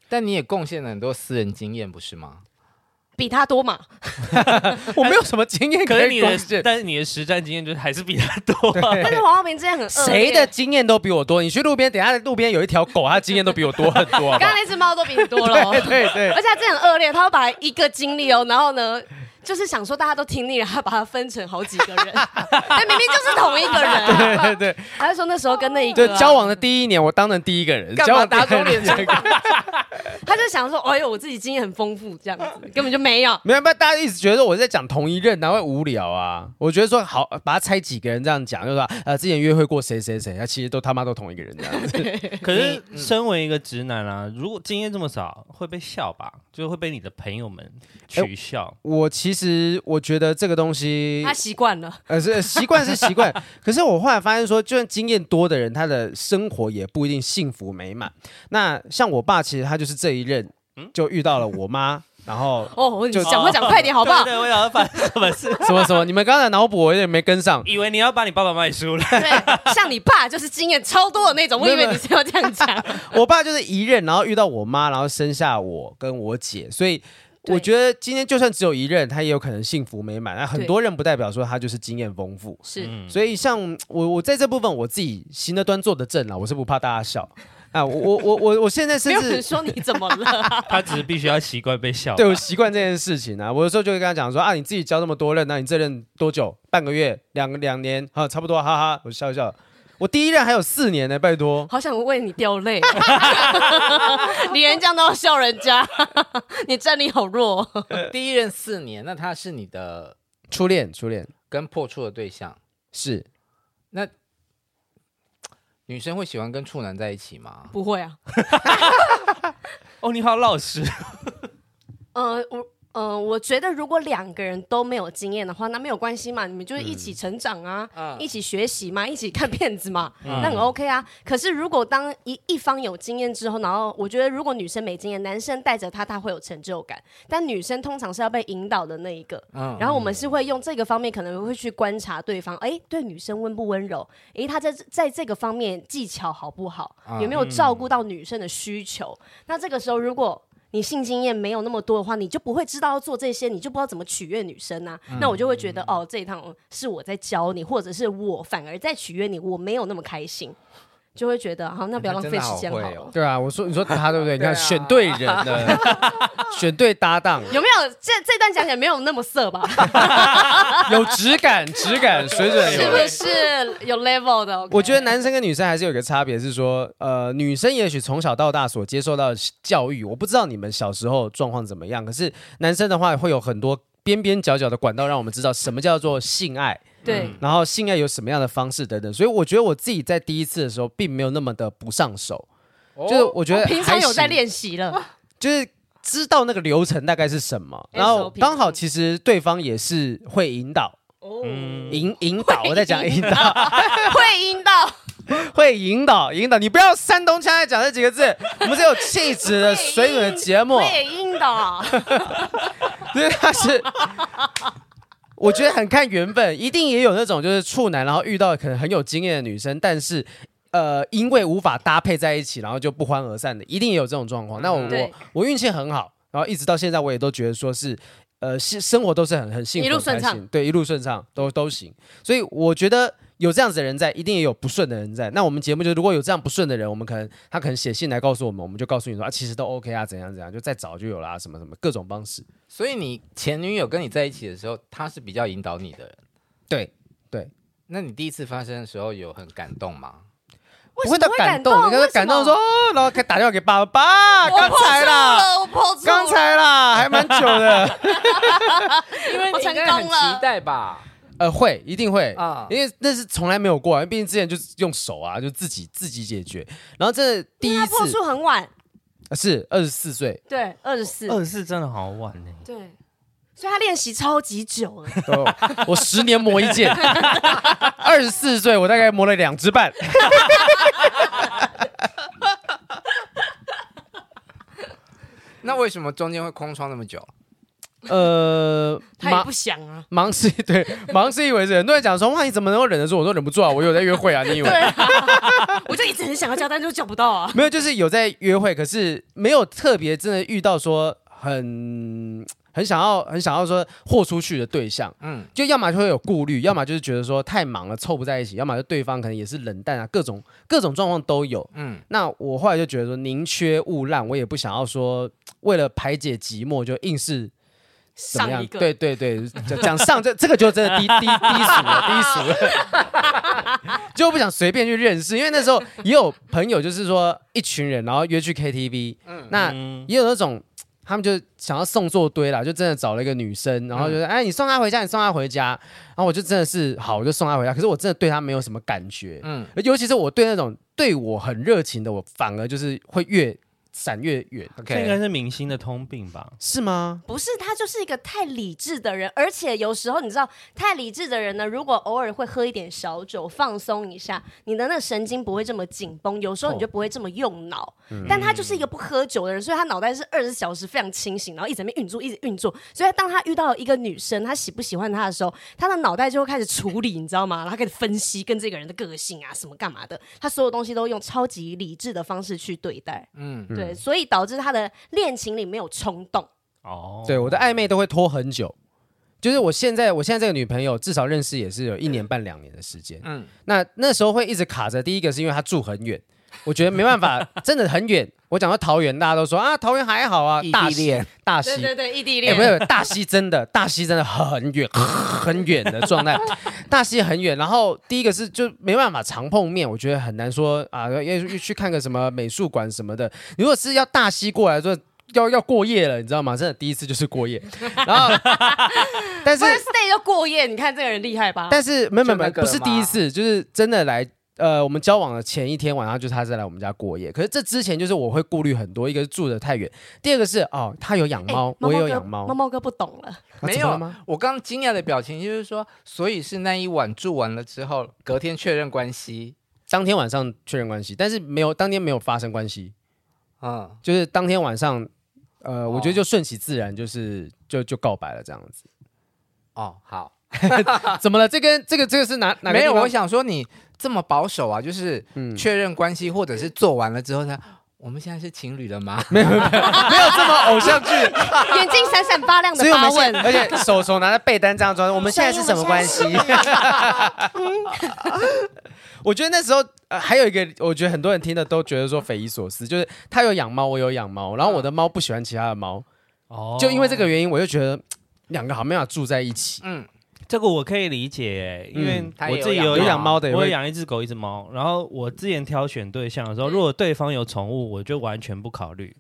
S1: 但你也贡献了很多私人经验，不是吗？
S2: 比他多嘛。
S5: 我没有什么经验
S3: 可
S5: 可
S3: 是
S5: 以
S3: 你
S5: 贡
S3: 的，
S5: 献。
S3: 但是你的实战经验就是还是比他多啊。
S2: 但是黄浩平之前很恶
S5: 谁
S2: 劣
S5: 的？经验都比我多。你去路边，等一下路边有一条狗，它经验都比我多很多。好
S2: 刚
S5: 不好
S2: 刚那只猫都比你多了哦，
S5: 对对 对，
S2: 而且他真的很恶劣，他会把一个经历哦，然后呢，就是想说大家都听腻了，他把它分成好几 个人，但明明就是同一个人、啊。
S5: 对对
S2: 他就说那时候跟那一个、
S5: 对，
S2: 啊、
S5: 就交往的第一年，我当成第一个人。
S1: 干
S5: 交
S1: 嘛
S5: 往
S1: 打肿脸充
S5: 这个，
S2: 他就想说，哎呦，我自己经验很丰富，这样子根本就没有。
S5: 没有，不然大家一直觉得我在讲同一任，哪会无聊啊？我觉得说好，把它拆几个人这样讲，就是说呃，之前约会过谁谁谁，他其实都他妈都同一个人这样子。
S3: 可是身为一个直男啊，如果经验这么少，会被笑吧？就会被你的朋友们取笑。
S5: 我其实我觉得这个东西
S2: 他，习惯了，
S5: 呃，是习惯是习惯，可是我后来发现说，就算经验多的人，他的生活也不一定幸福美满。那像我爸，其实他就是这一任就遇到了我妈，然后
S2: 哦，你
S5: 就
S2: 讲快讲快点好不好？
S3: 对，对我想要把什么 事？
S5: 什么什么，你们刚才脑补我有点没跟上。
S3: 以为你要把你爸爸卖出来，
S2: 对，像你爸就是经验超多的那种，我以为你是要这 样讲。
S5: 我爸就是一任，然后遇到我妈，然后生下我跟我姐，所以
S2: 对
S5: 我觉得今天就算只有一任，他也有可能幸福美满。那很多人不代表说他就是经验丰富。
S2: 是，
S5: 所以像我，我在这部分我自己行得端坐得正了，我是不怕大家笑啊。我我我我我现在
S2: 没
S5: 甚
S2: 有人
S5: 至
S2: 说你怎么了。
S3: 他只是必须要习惯被笑吧。
S5: 对我习惯这件事情啊，我有时候就会跟他讲说啊，你自己教那么多任，那你这任多久？半个月、两两年啊，差不多，哈哈，我笑一笑。我第一任还有四年呢、拜托。
S2: 好想为你掉 泪，你连这样都要笑人家， 你战力好弱。
S1: 第一任四年，那他是你的
S5: 初恋，初恋
S1: 跟破处的对象，
S5: 是
S1: 那女生会喜欢跟处男在一起吗？
S2: 不会啊，
S3: 哦，你好老实，
S2: 呃，我。呃，我觉得如果两个人都没有经验的话，那没有关系嘛，你们就是一起成长啊，
S1: 嗯
S2: 一起学习嘛，一起看片子嘛，那很 OK 啊。可是如果当一一方有经验之后，然后我觉得如果女生没经验，男生带着她，她会有成就感，但女生通常是要被引导的那一个。
S1: 嗯
S2: 然后我们是会用这个方面，可能会去观察对方，哎，对女生温不温柔？哎，他在这在这个方面技巧好不好？
S1: 啊
S2: 有没有照顾到女生的需求？
S1: 嗯
S2: 那这个时候，如果你性经验没有那么多的话，你就不会知道要做这些，你就不知道怎么取悦女生啊。
S1: 嗯
S2: 那我就会觉得，哦，这一趟嗯是我在教你，或者是我反而在取悦你，我没有那么开心，就会觉得，好，那不要
S1: 他
S2: 浪
S1: 真
S2: 费
S1: 的好
S2: 时间好
S1: 会
S2: 了。
S1: 哦
S5: 对啊，我说你说他对 不对？你看
S1: 对啊
S5: 选对人了，选对搭档，
S2: 有没有这这段讲起来没有那么色吧？
S5: 有质感，质感水 准
S2: 是
S5: 有
S2: 不。是有 level 的？OK
S5: 我觉得男生跟女生还是有一个差别，是说，呃，女生也许从小到大所接受到的教育，我不知道你们小时候状况怎么样，可是男生的话会有很多边边角角的管道让我们知道什么叫做性爱，
S2: 对。
S5: 然后性爱有什么样的方式等等，所以我觉得我自己在第一次的时候并没有那么的不上手，就是我觉得
S2: 我哦平常
S5: 还
S2: 有在
S5: 行
S2: 练习了，
S5: 就是知道那个流程大概是什么，然后
S2: SOP
S5: 刚好其实对方也是会引导。
S2: 哦
S5: 引引导，我在讲引 导，
S2: 会阴道，
S5: 会引导引导，你不要山东腔来讲这几个字，我们是有气质的
S2: 会
S5: 水准的节目，
S2: 会阴 道，
S5: 所以他是，我觉得很看缘分，一定也有那种就是处男，然后遇到可能很有经验的女生，但是呃，因为无法搭配在一起，然后就不欢而散的，一定也有这种状况。那我我
S2: 嗯对
S5: 我运气很好，然后一直到现在我也都觉得说是。呃，是生活都是很很幸福，
S2: 一路
S5: 很开
S2: 顺畅
S5: 心，对，一路顺畅都都行。所以我觉得有这样子的人在，一定也有不顺的人在。那我们节目就如果有这样不顺的人，我们可能他可能写信来告诉我们，我们就告诉你说啊，其实都 OK 啊，怎样怎样，就再找就有啦、什么什么各种方式。
S1: 所以你前女友跟你在一起的时候，她是比较引导你的人。
S5: 对，
S1: 那你第一次发生的时候有很感动吗？
S2: 为什
S5: 不会到
S2: 么会
S5: 感
S2: 动？
S5: 动，你看他感动
S2: 为
S5: 说，
S2: 什么
S5: 哦然后打电话给爸爸，
S2: 我
S5: 刚
S2: 破处
S5: 才啦，
S2: 了，我破处了，
S5: 刚才啦，还蛮久 的。
S1: 因为
S2: 我成
S1: 应该很
S2: 功了
S1: 期待吧？
S5: 呃，会，一定会
S1: 啊
S5: 因为那是从来没有过啊，因为毕竟之前就是用手啊，就自己自己解决。然后这第一
S2: 他破
S5: 次
S2: 处很晚，
S5: 呃是二十四岁，
S2: 对，二十四，
S5: 欸
S3: 二十四真的好晚呢。
S2: 对，所以他练习超级 久了，
S5: 都我十年磨一剑，二十四岁我大概磨了两只半。
S1: 那为什么中间会空窗那么久？
S5: 呃，
S2: 他也
S5: 忙
S2: 不想啊。
S5: 忙是对忙是一回事，很多人讲说哇你怎么能够忍得住？我说忍不住啊，我有在约会啊，你以 为
S2: 对？啊， 我就一直很想要交，但就交不到啊。
S5: 没有，就是有在约会，可是没有特别真的遇到说很很想要很想要说豁出去的对象。
S1: 嗯，
S5: 就要么就会有顾虑，要么就是觉得说太忙了凑不在一起，要么就对方可能也是冷淡啊，各种各种状况都有。
S1: 嗯
S5: 嗯，那我后来就觉得说宁缺毋滥，我也不想要说为了排解寂寞就硬是怎么
S2: 上
S5: 样
S2: 一。个，
S5: 对对对，讲讲上这这个就真的低低低俗了，低俗了， 就不想随便去认识，因为那时候也有朋友就是说一群人，然后约去 KTV，那
S3: 嗯
S5: 也有那种。他们就想要送做堆啦，就真的找了一个女生，然后
S2: 嗯
S5: 就是、哎，你送她回家，你送她回家，然后我就真的是好，我就送她回家。可是我真的对她没有什么感觉，
S1: 嗯
S5: 嗯，尤其是我对那种对我很热情的，我反而就是会越闪越远。
S3: 这应该
S1: OK，
S3: 是明星的通病吧？
S5: 是吗？
S2: 不是他就是一个太理智的人，而且有时候你知道，太理智的人呢，如果偶尔会喝一点小酒放松一下，你的那个神经不会这么紧绷，有时候你就不会这么用脑。但他就是一个不喝酒的人，所以他脑袋是二十小时非常清醒，然后一直在那边运作，一直运作。所以当他遇到一个女生，他喜不喜欢她的时候，他的脑袋就会开始处理，你知道吗？然后开始分析跟这个人的个性啊，什么干嘛的，他所有东西都用超级理智的方式去对待。
S1: 嗯，
S2: 对，所以导致他的恋情里没有冲动。
S3: 哦，
S5: 对，我的暧昧都会拖很久。就是我现在，我现在这个女朋友至少认识也是有一年半两年的时间。
S1: 嗯
S5: 嗯，那那时候会一直卡着。第一个是因为她住很远，我觉得没办法，真的很远。我讲到桃园，大家都说啊，桃园还好啊，
S1: 异
S5: 大
S1: 地
S5: 溪
S1: 恋，
S5: 大溪
S2: 对，异地
S5: 哎、不是大溪真的，大溪真的很远 很远的状态，大溪很远。然后第一个是就没办法常碰面，我觉得很难说啊，要要去看个什么美术馆什么的。如果是要大溪过来说，要要过夜了，你知道吗？真的第一次就是过夜，然后 但是
S2: First day 就过夜，你看这个人厉害吧？
S5: 但是没有没
S1: 就
S5: 有没
S1: 那
S5: 有，
S1: 个
S5: 不是
S1: 了
S5: 第一
S1: 吗
S5: 次，就是真的来。呃，我们交往的前一天晚上，就是他在来我们家过夜。可是这之前，就是我会顾虑很多，一个是住的太远，第二个是哦，他有养
S2: 哎
S5: 猫，我也有养猫，
S2: 猫猫哥不懂了，
S5: 啊
S1: 没
S5: 怎么了
S1: 有
S5: 吗？
S1: 我刚惊讶的表情就是说，所以是那一晚住完了之后，隔天确认关系。
S5: 当天晚上确认关系，但是没有当天没有发生关系，
S1: 嗯，
S5: 就是当天晚上，呃，我
S1: 哦
S5: 觉得就顺其自然，就是就就告白了这样 子。
S1: 哦，好，
S5: 怎么了？这跟这个这个是哪哪个
S1: 没有，
S5: 地方
S1: 我想说你这么保守啊，就是
S5: 嗯
S1: 确认关系或者是做完了之后呢，我们现在是情侣了吗？
S5: 没有没有没有没有这么偶 像剧，
S2: 眼睛闪闪发亮的
S5: 所以我
S2: 发
S5: 们现在
S2: 问。
S5: 而且手手拿着被单这样装，我们现在是什么关系？ 我觉得那时候、呃、还有一个，我觉得很多人听的都觉得说匪夷所思，就是他有养猫，我有养猫，然后我的猫不喜欢其他的猫，
S3: 哦
S5: 就因为这个原因，我就觉得两个好像没办法住在一起。
S1: 嗯，
S3: 这个我可以理解，因为
S5: 嗯
S1: 他
S3: 我
S1: 也
S3: 自己
S1: 有养
S5: 有
S3: 养
S5: 养猫的也
S3: 我
S5: 会
S3: 有养一只狗，一只猫。然后我之前挑选对象的时候，如果对方有宠物，我就完全不考虑，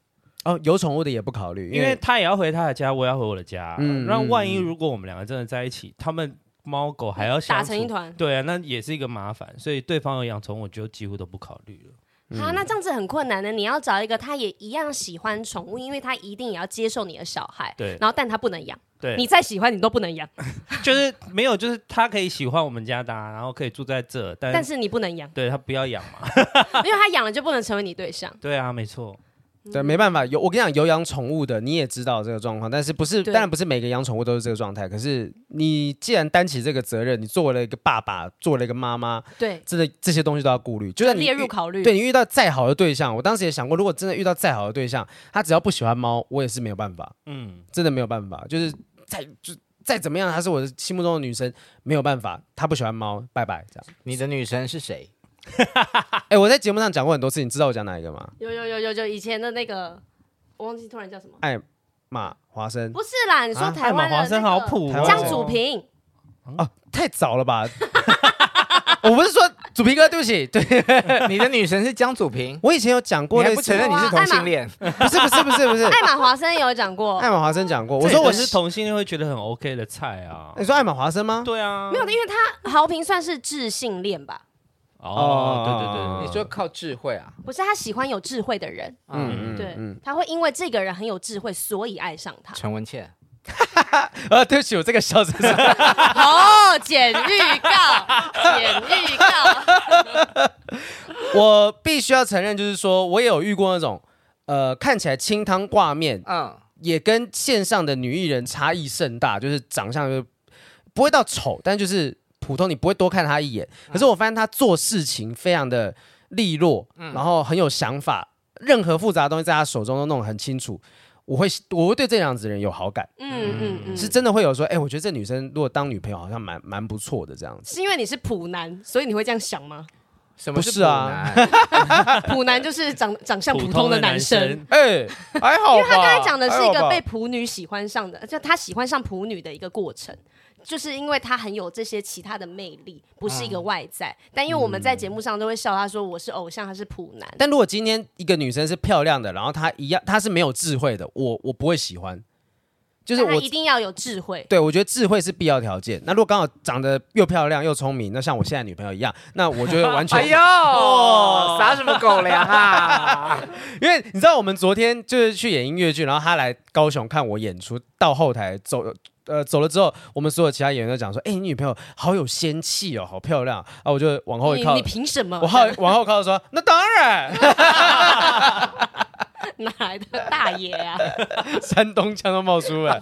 S5: 哦，有宠物的也不考虑，
S3: 因为他也要回他的家，我也要回我的家。
S5: 嗯
S3: 那万一
S5: 嗯嗯
S3: 如果我们两个真的在一起，他们猫狗还要相
S2: 打
S3: 处
S2: 成一，团，
S3: 对啊，那也是一个麻烦。所以对方有养宠物，我就几乎都不考虑了。
S5: 嗯
S2: 好，那这样子很困难的。你要找一个他也一样喜欢宠物，因为他一定也要接受你的小孩，
S3: 对
S2: 然后但他不能养，
S3: 对，
S2: 你再喜欢你都不能养，
S5: 嗯
S3: 就是没有，就是他可以喜欢我们家的啊、然后可以住在这，但，
S2: 但是你不能养
S3: 对他不要养嘛。
S2: 因为他养了就不能成为你对象。
S3: 对啊，没错。
S2: 嗯
S5: 对，没办法，有我跟你讲，有养宠物的你也知道这个状况，但是不是？
S2: 对
S5: 当然不是每个养宠物都是这个状态。可是你既然担起这个责任，你作为了一个爸爸，作为了一个妈妈，
S2: 对，
S5: 真的这些东西都要顾虑。就算你
S2: 列入
S5: 遇
S2: 考虑。
S5: 对你遇到再好的对象，我当时也想过，如果真的遇到再好的对象，他只要不喜欢猫，我也是没有办法，
S3: 嗯，
S5: 真的没有办法。就是再就再怎么样，她是我的心目中的女神，没有办法，她不喜欢猫，拜拜这样。
S1: 你的女神是谁？
S5: 哎，我在节目上讲过很多次，你知道我讲哪一个吗？
S2: 有有有有有，以前的那个，我忘记突然叫什么，
S5: 艾玛华生。
S2: 不是啦，你说
S5: 啊
S2: 台湾
S3: 华
S2: 的
S3: 生好
S2: 那
S3: 普
S5: 台
S3: 哦，
S5: 湾
S2: 个
S5: 人
S2: 江祖平，
S5: 哦，太早了吧！ 我不是说主皮哥，对不起，对，
S1: 你的女神是江祖 平
S5: 我以前有讲
S1: 你
S5: 过
S1: 还
S5: 类
S1: 不啊
S5: 似
S1: 承
S5: 的，
S1: 认你是同性恋？
S5: 不是不是不是不是，
S2: 艾玛华生也有讲 过，
S5: 艾玛华生讲过，我
S3: 这
S5: 说
S3: 也
S5: 我
S3: 是，同性恋会觉得很 OK 的菜啊。
S5: 你说艾玛华生吗？
S3: 对啊，
S2: 没有，因为他豪平算是智性恋吧，
S3: 哦，对对
S5: 哦
S3: 对，
S1: 你说靠智慧啊？
S2: 不是他喜欢有智慧的人，
S1: 嗯，
S5: 嗯嗯
S2: 对
S5: 嗯，
S2: 他会因为这个人很有智慧，所以爱上他。
S1: 陈文茜，
S5: 呃，对不起，我这个 笑声是
S2: 哦，剪预告，剪预 告，
S5: 我必须要承认，就是说我也有遇过那种，呃，看起来清汤挂面，
S1: 嗯，
S5: 也跟线上的女艺人差异甚大，就是长相就不会到丑，但就是普通，你不会多看她一眼。可是我发现她做事情非常的利落，
S2: 嗯
S5: 然后很有想法，任何复杂的东西在她手中都弄得很清楚。我会，我会对这样子的人有好感，
S2: 嗯嗯嗯，
S5: 是真的会有说，哎、我觉得这女生如果当女朋友好像蛮蛮不错的这样 子。
S2: 是因为你是普男，所以你会这样想 吗？
S1: 什么
S5: 不是
S1: 普
S5: 啊
S1: 男？
S2: 普男就是长长相普
S3: 普
S2: 通
S3: 通
S2: 的
S3: 的
S2: 男
S3: 男
S2: 生。
S3: 生
S5: 哎、还好吧。
S2: 因为他刚才讲的是一
S5: 还好
S2: 个
S5: 吧
S2: 被普女喜欢上的，就他喜欢上普女的一个过程，就是因为他很有这些其他的魅力，不是一
S3: 嗯
S2: 个外在。但因为我们在节目上都会笑他说我是偶像，他是普男，
S5: 但如果今天一个女生是漂亮的，然后她一样，她是没有智慧的，我我不会喜欢。就是
S2: 但他
S5: 我
S2: 一定要有智慧。
S5: 对我觉得智慧是必要条件。那如果刚好长得又漂亮又聪明，那像我现在女朋友一样，那我就会完全。
S1: 哎呦，撒什么狗粮 啊？
S5: 因为你知道，我们昨天就是去演音乐剧，然后她来高雄看我演出，到后台走。呃，走了之后，我们所有其他演员都讲说：“哎、你女朋友好有仙气哦，好漂亮啊！”我就往后一
S2: 你哦
S5: 靠
S2: 你，凭什么？
S5: 我后往后靠说：“那当然，
S2: 哪来的大爷 啊？
S5: 山东腔都冒出来。”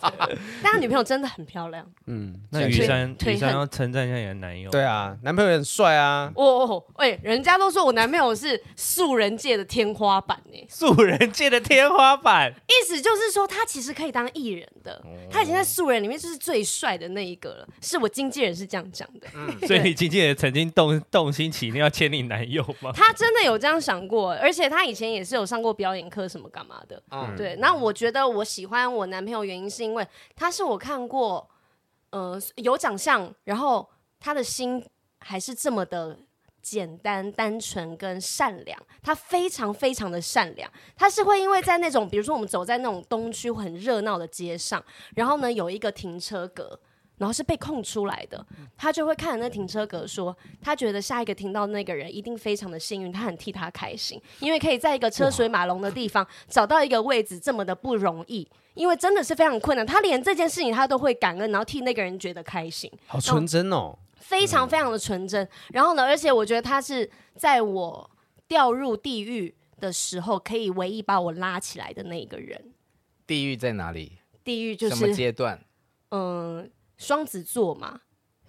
S2: 但他女朋友真的很漂亮。
S5: 嗯，
S3: 那
S5: 雨
S3: 雨山，
S2: 推
S3: 雨山
S2: 推
S3: 要称赞一下你的男友。
S5: 对啊，男朋友也很帅啊。
S2: 哦哦，哎、人家都说我男朋友是素人界的天花板呢、
S3: 素人界的天花板，
S2: 意思就是说他其实可以当艺人的，
S5: 哦
S2: 他已经在素人里面就是最帅的那一个了。是我经纪人是这样讲的，
S3: 所以你经纪人曾经动动心起念要签你男友吗？
S2: 他真的有这样想过，而且他以前也是有上过表演课什么干嘛的。
S1: 嗯
S2: 对，那我觉得我喜欢我男朋友原因是因为他是我看过，呃，有长相，然后他的心还是这么的简单、单纯跟善良。他非常非常的善良，他是会因为在那种，比如说我们走在那种东区很热闹的街上，然后呢有一个停车格。然后是被空出来的，他就会看着那停车格说，他觉得下一个听到那个人一定非常的幸运，他很替他开心，因为可以在一个车水马龙的地方找到一个位置这么的不容易，因为真的是非常困难。他连这件事情他都会感恩，然后替那个人觉得开心，
S5: 好纯真哦。
S2: 非常非常的纯真。然后呢，而且我觉得他是在我掉入地狱的时候，可以唯一把我拉起来的那一个人。
S1: 地狱在哪里？
S2: 地狱就
S1: 什么
S2: 是
S1: 阶段？
S2: 嗯，双子座嘛，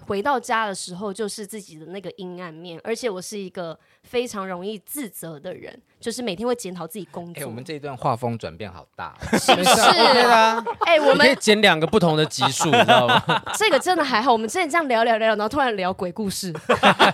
S2: 回到家的时候就是自己的那个阴暗面，而且我是一个非常容易自责的人，就是每天会检讨自己工
S1: 哎、
S2: 作。
S1: 我们这一啊段画风转变好大、
S2: 是不是？
S5: OK 啦，
S2: 哎、我
S5: 啊你可以
S2: 们
S5: 剪两个不同的集数，你知道吗？
S2: 这个真的还好，我们之前这样聊聊聊，然后突然聊鬼故事，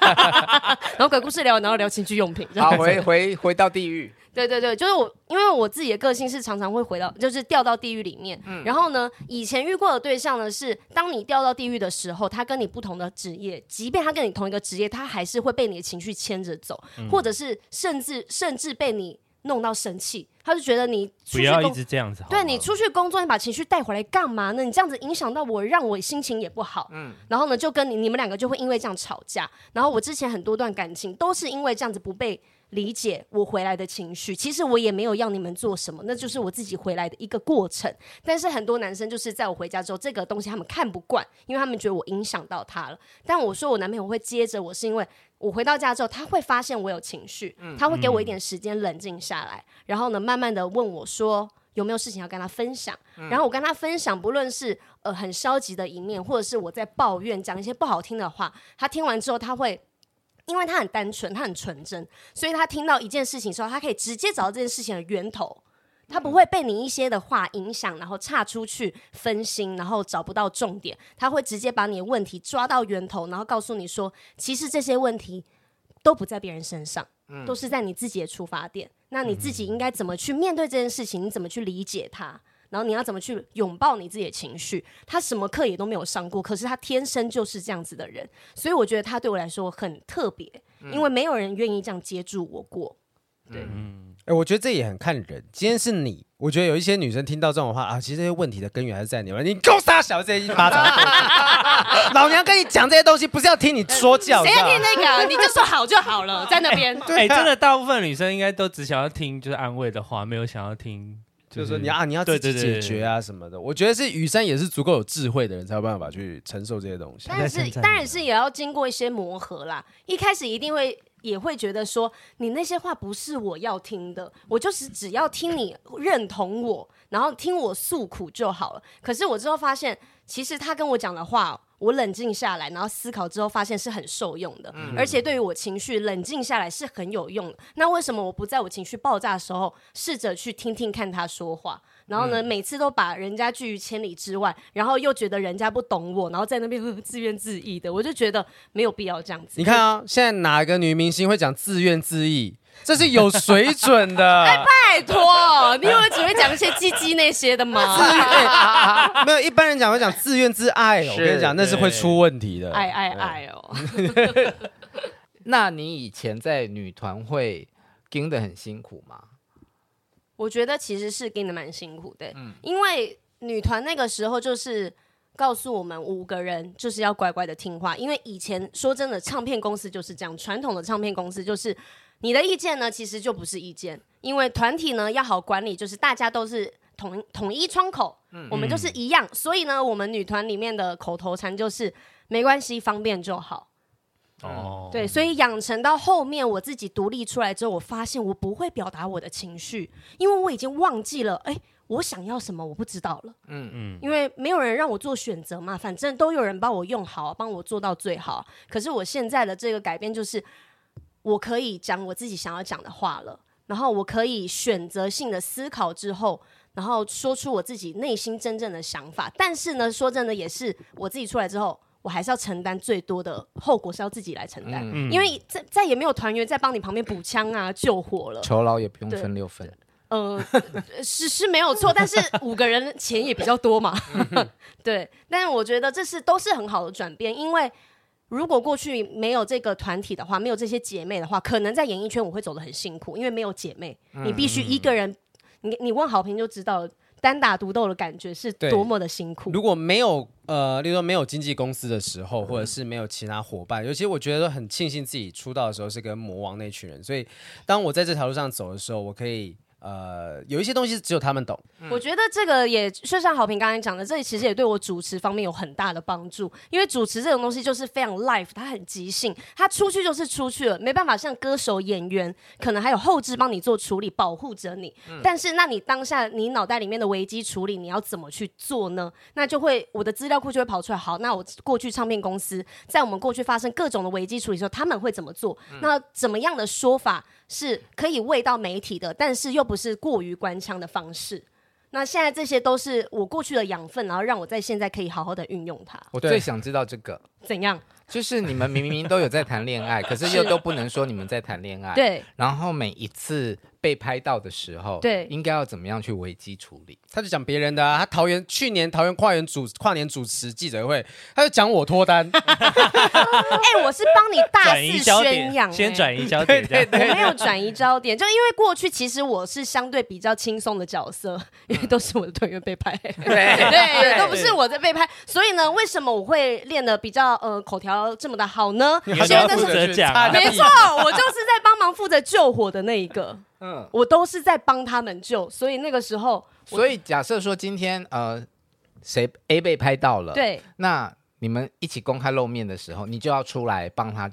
S2: 然后鬼故事聊，然后聊情趣用 品，这样
S1: 哦好，
S2: 子
S1: 回回回到地 狱。
S2: 对对对，就是我，因为我自己的个性是常常会回到，就是掉到地狱里面。
S3: 嗯
S2: 然后呢，以前遇过的对象呢是，当你掉到地狱的时候，他跟你不同的职业，即便他跟你同一个职业，他还是会被你的情绪牵着走，
S3: 嗯
S2: 或者是甚至甚至被你弄到生气，他就觉得你出
S3: 不
S2: 去
S3: 要一
S2: 工
S3: 直这样子好吗。
S2: 对你出去工作，你把情绪带回来干嘛呢？你这样子影响到我，让我心情也不好。嗯，然后呢，就跟你你们两个就会因为这样吵架。然后我之前很多段感情都是因为这样子不被理解，我回来的情绪，其实我也没有要你们做什么，那就是我自己回来的一个过程。但是很多男生就是在我回家之后，这个东西他们看不惯，因为他们觉得我影响到他了。但我说我男朋友会接着我，是因为我回到家之后，他会发现我有情绪，他会给我一点时间冷静下来，然后呢，慢慢的问我说。有没有事情要跟他分享？然后我跟他分享，不论是呃很消极的一面，或者是我在抱怨讲一些不好听的话，他听完之后，他会，因为他很单纯，他很纯真，所以他听到一件事情的时候，他可以直接找到这件事情的源头，他不会被你一些的话影响，然后岔出去分心，然后找不到重点，他会直接把你的问题抓到源头，然后告诉你说，其实这些问题都不在别人身上，都是在你自己的出发点。那你自己应该怎么去面对这件事情？你怎么去理解它？然后你要怎么去拥抱你自己的情绪？他什么课也都没有上过，可是他天生就是这样子的人，所以我觉得他对我来说很特别，因为没有人愿意这样接住我过。
S5: 哎、我觉得这也很看人。今天是你，我觉得有一些女生听到这种话啊，其实这些问题的根源还是在你们。你够傻小这一 巴掌！老娘跟你讲这些东西，不是要听你说教，
S2: 呃谁
S5: 你知道
S2: 要
S5: 吗
S2: 听那个？你就说好就好 了，在那边。
S3: 哎、真的，大部分女生应该都只想要听就是安慰的话，没有想要听
S5: 就是说你啊，你要
S4: 嗯
S5: 自
S4: 对
S5: 己
S4: 对对
S5: 解决啊什么的。我觉得是雨山也是足够有智慧的人才有办法去承受这些东西。
S2: 但
S3: 称
S2: 是
S3: 赞
S2: 当
S3: 你
S2: 然是也要经过一些磨合啦。一开始一定会也会觉得说，你那些话不是我要听的，我就是只要听你认同我，然后听我诉苦就好了。可是我之后发现，其实他跟我讲的话。我冷静下来，然后思考之后，发现是很受用的，
S5: 嗯
S2: 而且对于我情绪冷静下来是很有用的。那为什么我不在我情绪爆炸的时候，试着去听听看他说话？然
S5: 嗯
S2: 后呢，每次都把人家拒于千里之外，然后又觉得人家不懂我，然后在那边呵呵自怨自艾的，我就觉得没有必要这样子。
S5: 你看啊，现在哪个女明星会讲自怨自艾？这是有水 准的。
S2: 拜托，你以为只会讲一些鸡鸡那些的
S5: 自
S2: 吗？
S5: 哎没有一般人讲会讲自怨自艾，哦我跟你讲那是会出问题的。
S2: 爱爱爱哦！
S1: 那你以前在女团会盯得很辛苦吗？
S2: 我觉得其实是跟的蛮辛苦的，欸因为女团那个时候就是。告诉我们五个人就是要乖乖的听话，因为以前说真的，唱片公司就是这样，传统的唱片公司就是你的意见呢，其实就不是意见，因为团体呢要好管理，就是大家都是统统一窗口，我们就是一样，所以呢，我们女团里面的口头禅就是没关系，方便就好。
S5: 嗯
S3: 哦，
S2: 对，所以养成到后面，我自己独立出来之后，我发现我不会表达我的情绪，因为我已经忘记了，哎、我想要什么，我不知道了。嗯嗯，因为没有人让我做选择嘛，反正都有人帮我用好，帮我做到最好。可是我现在的这个改变就是，我可以讲我自己想要讲的话了，然后我可以选择性的思考之后。然后说出我自己内心真正的想法，但是呢，说真的，也是我自己出来之后，我还是要承担最多的后果，是要自己来承担。
S1: 嗯，
S3: 嗯
S2: 因为再再也没有团员在帮你旁边补枪啊、救火了。
S1: 酬劳也不用
S2: 对
S1: 分六分。
S2: 呃，是是没有错，但是五个人钱也比较多嘛。 对，但是我觉得这是都是很好的转变，因为如果过去没有这个团体的话，没有这些姐妹的话，可能在演艺圈我会走得很辛苦，因为没有姐妹，你必须一个人。你你问好评就知道了，单打独斗的感觉是
S5: 对
S2: 多么的辛苦。
S5: 如果没有呃，例如说没有经纪公司的时
S2: 嗯
S5: 候，或者是没有其他伙伴，尤其我觉得很庆幸自己出道的时候是跟魔王那群人，所以当我在这条路上走的时候，我可以呃有一些东西只有他们懂。
S2: 我觉得这个也就像好评刚才讲的，这其实也对我主持方面有很大的帮助，因为主持这种东西就是非常 live，它很即兴，它出去就是出去了，没办法像歌手、演员可能还有后置帮你做处理，保护着你。
S3: 嗯
S2: 但是，那你当下你脑袋里面的危机处理，你要怎么去做呢？那就会我的资料库就会跑出来。好，那我过去唱片公司在我们过去发生各种的危机处理的时候，他们会怎么做？
S3: 嗯
S2: 那怎么样的说法是可以喂到媒体的，但是又不是过于官腔的方式？那现在这些都是我过去的养分，然后让我在现在可以好好的运用它。
S1: 我
S5: 对
S1: 最想知道这个，
S2: 怎样？
S1: 就是你们明明都有在谈恋爱，可 是又都不能说你们在谈恋爱。。
S2: 对，
S1: 然后每一次被拍到的时候，
S2: 对
S1: 应该要怎么样去危机处 理？
S5: 他就讲别人的、啊，他桃园去年桃园跨园主跨年主持记者会，他就讲我 脱单，
S2: 哎、我是帮你大
S3: 转移
S2: 肆
S3: 焦
S2: 宣扬、
S3: 点，先
S2: 哎
S3: 转移焦点，对
S2: 我没有转移焦点，就因为过去其实我是相对比较轻松的角色，因为都是我的团员被拍，对，都不是我在被拍，所以呢，为什么我会练的比较呃口条这么的好呢？
S3: 好
S2: 是
S3: 像
S2: 因为
S3: 要
S2: 那
S3: 负
S2: 是
S3: 责讲啊
S2: 没错，我就是在帮忙负责救火的那一个，
S1: 嗯，
S2: 我都是在帮他们救，所以那个时候
S1: 所以假设说今天呃，谁 A 被拍到了，，
S2: 对，
S1: 那你们一起公开露面的时候，你就要出来帮他，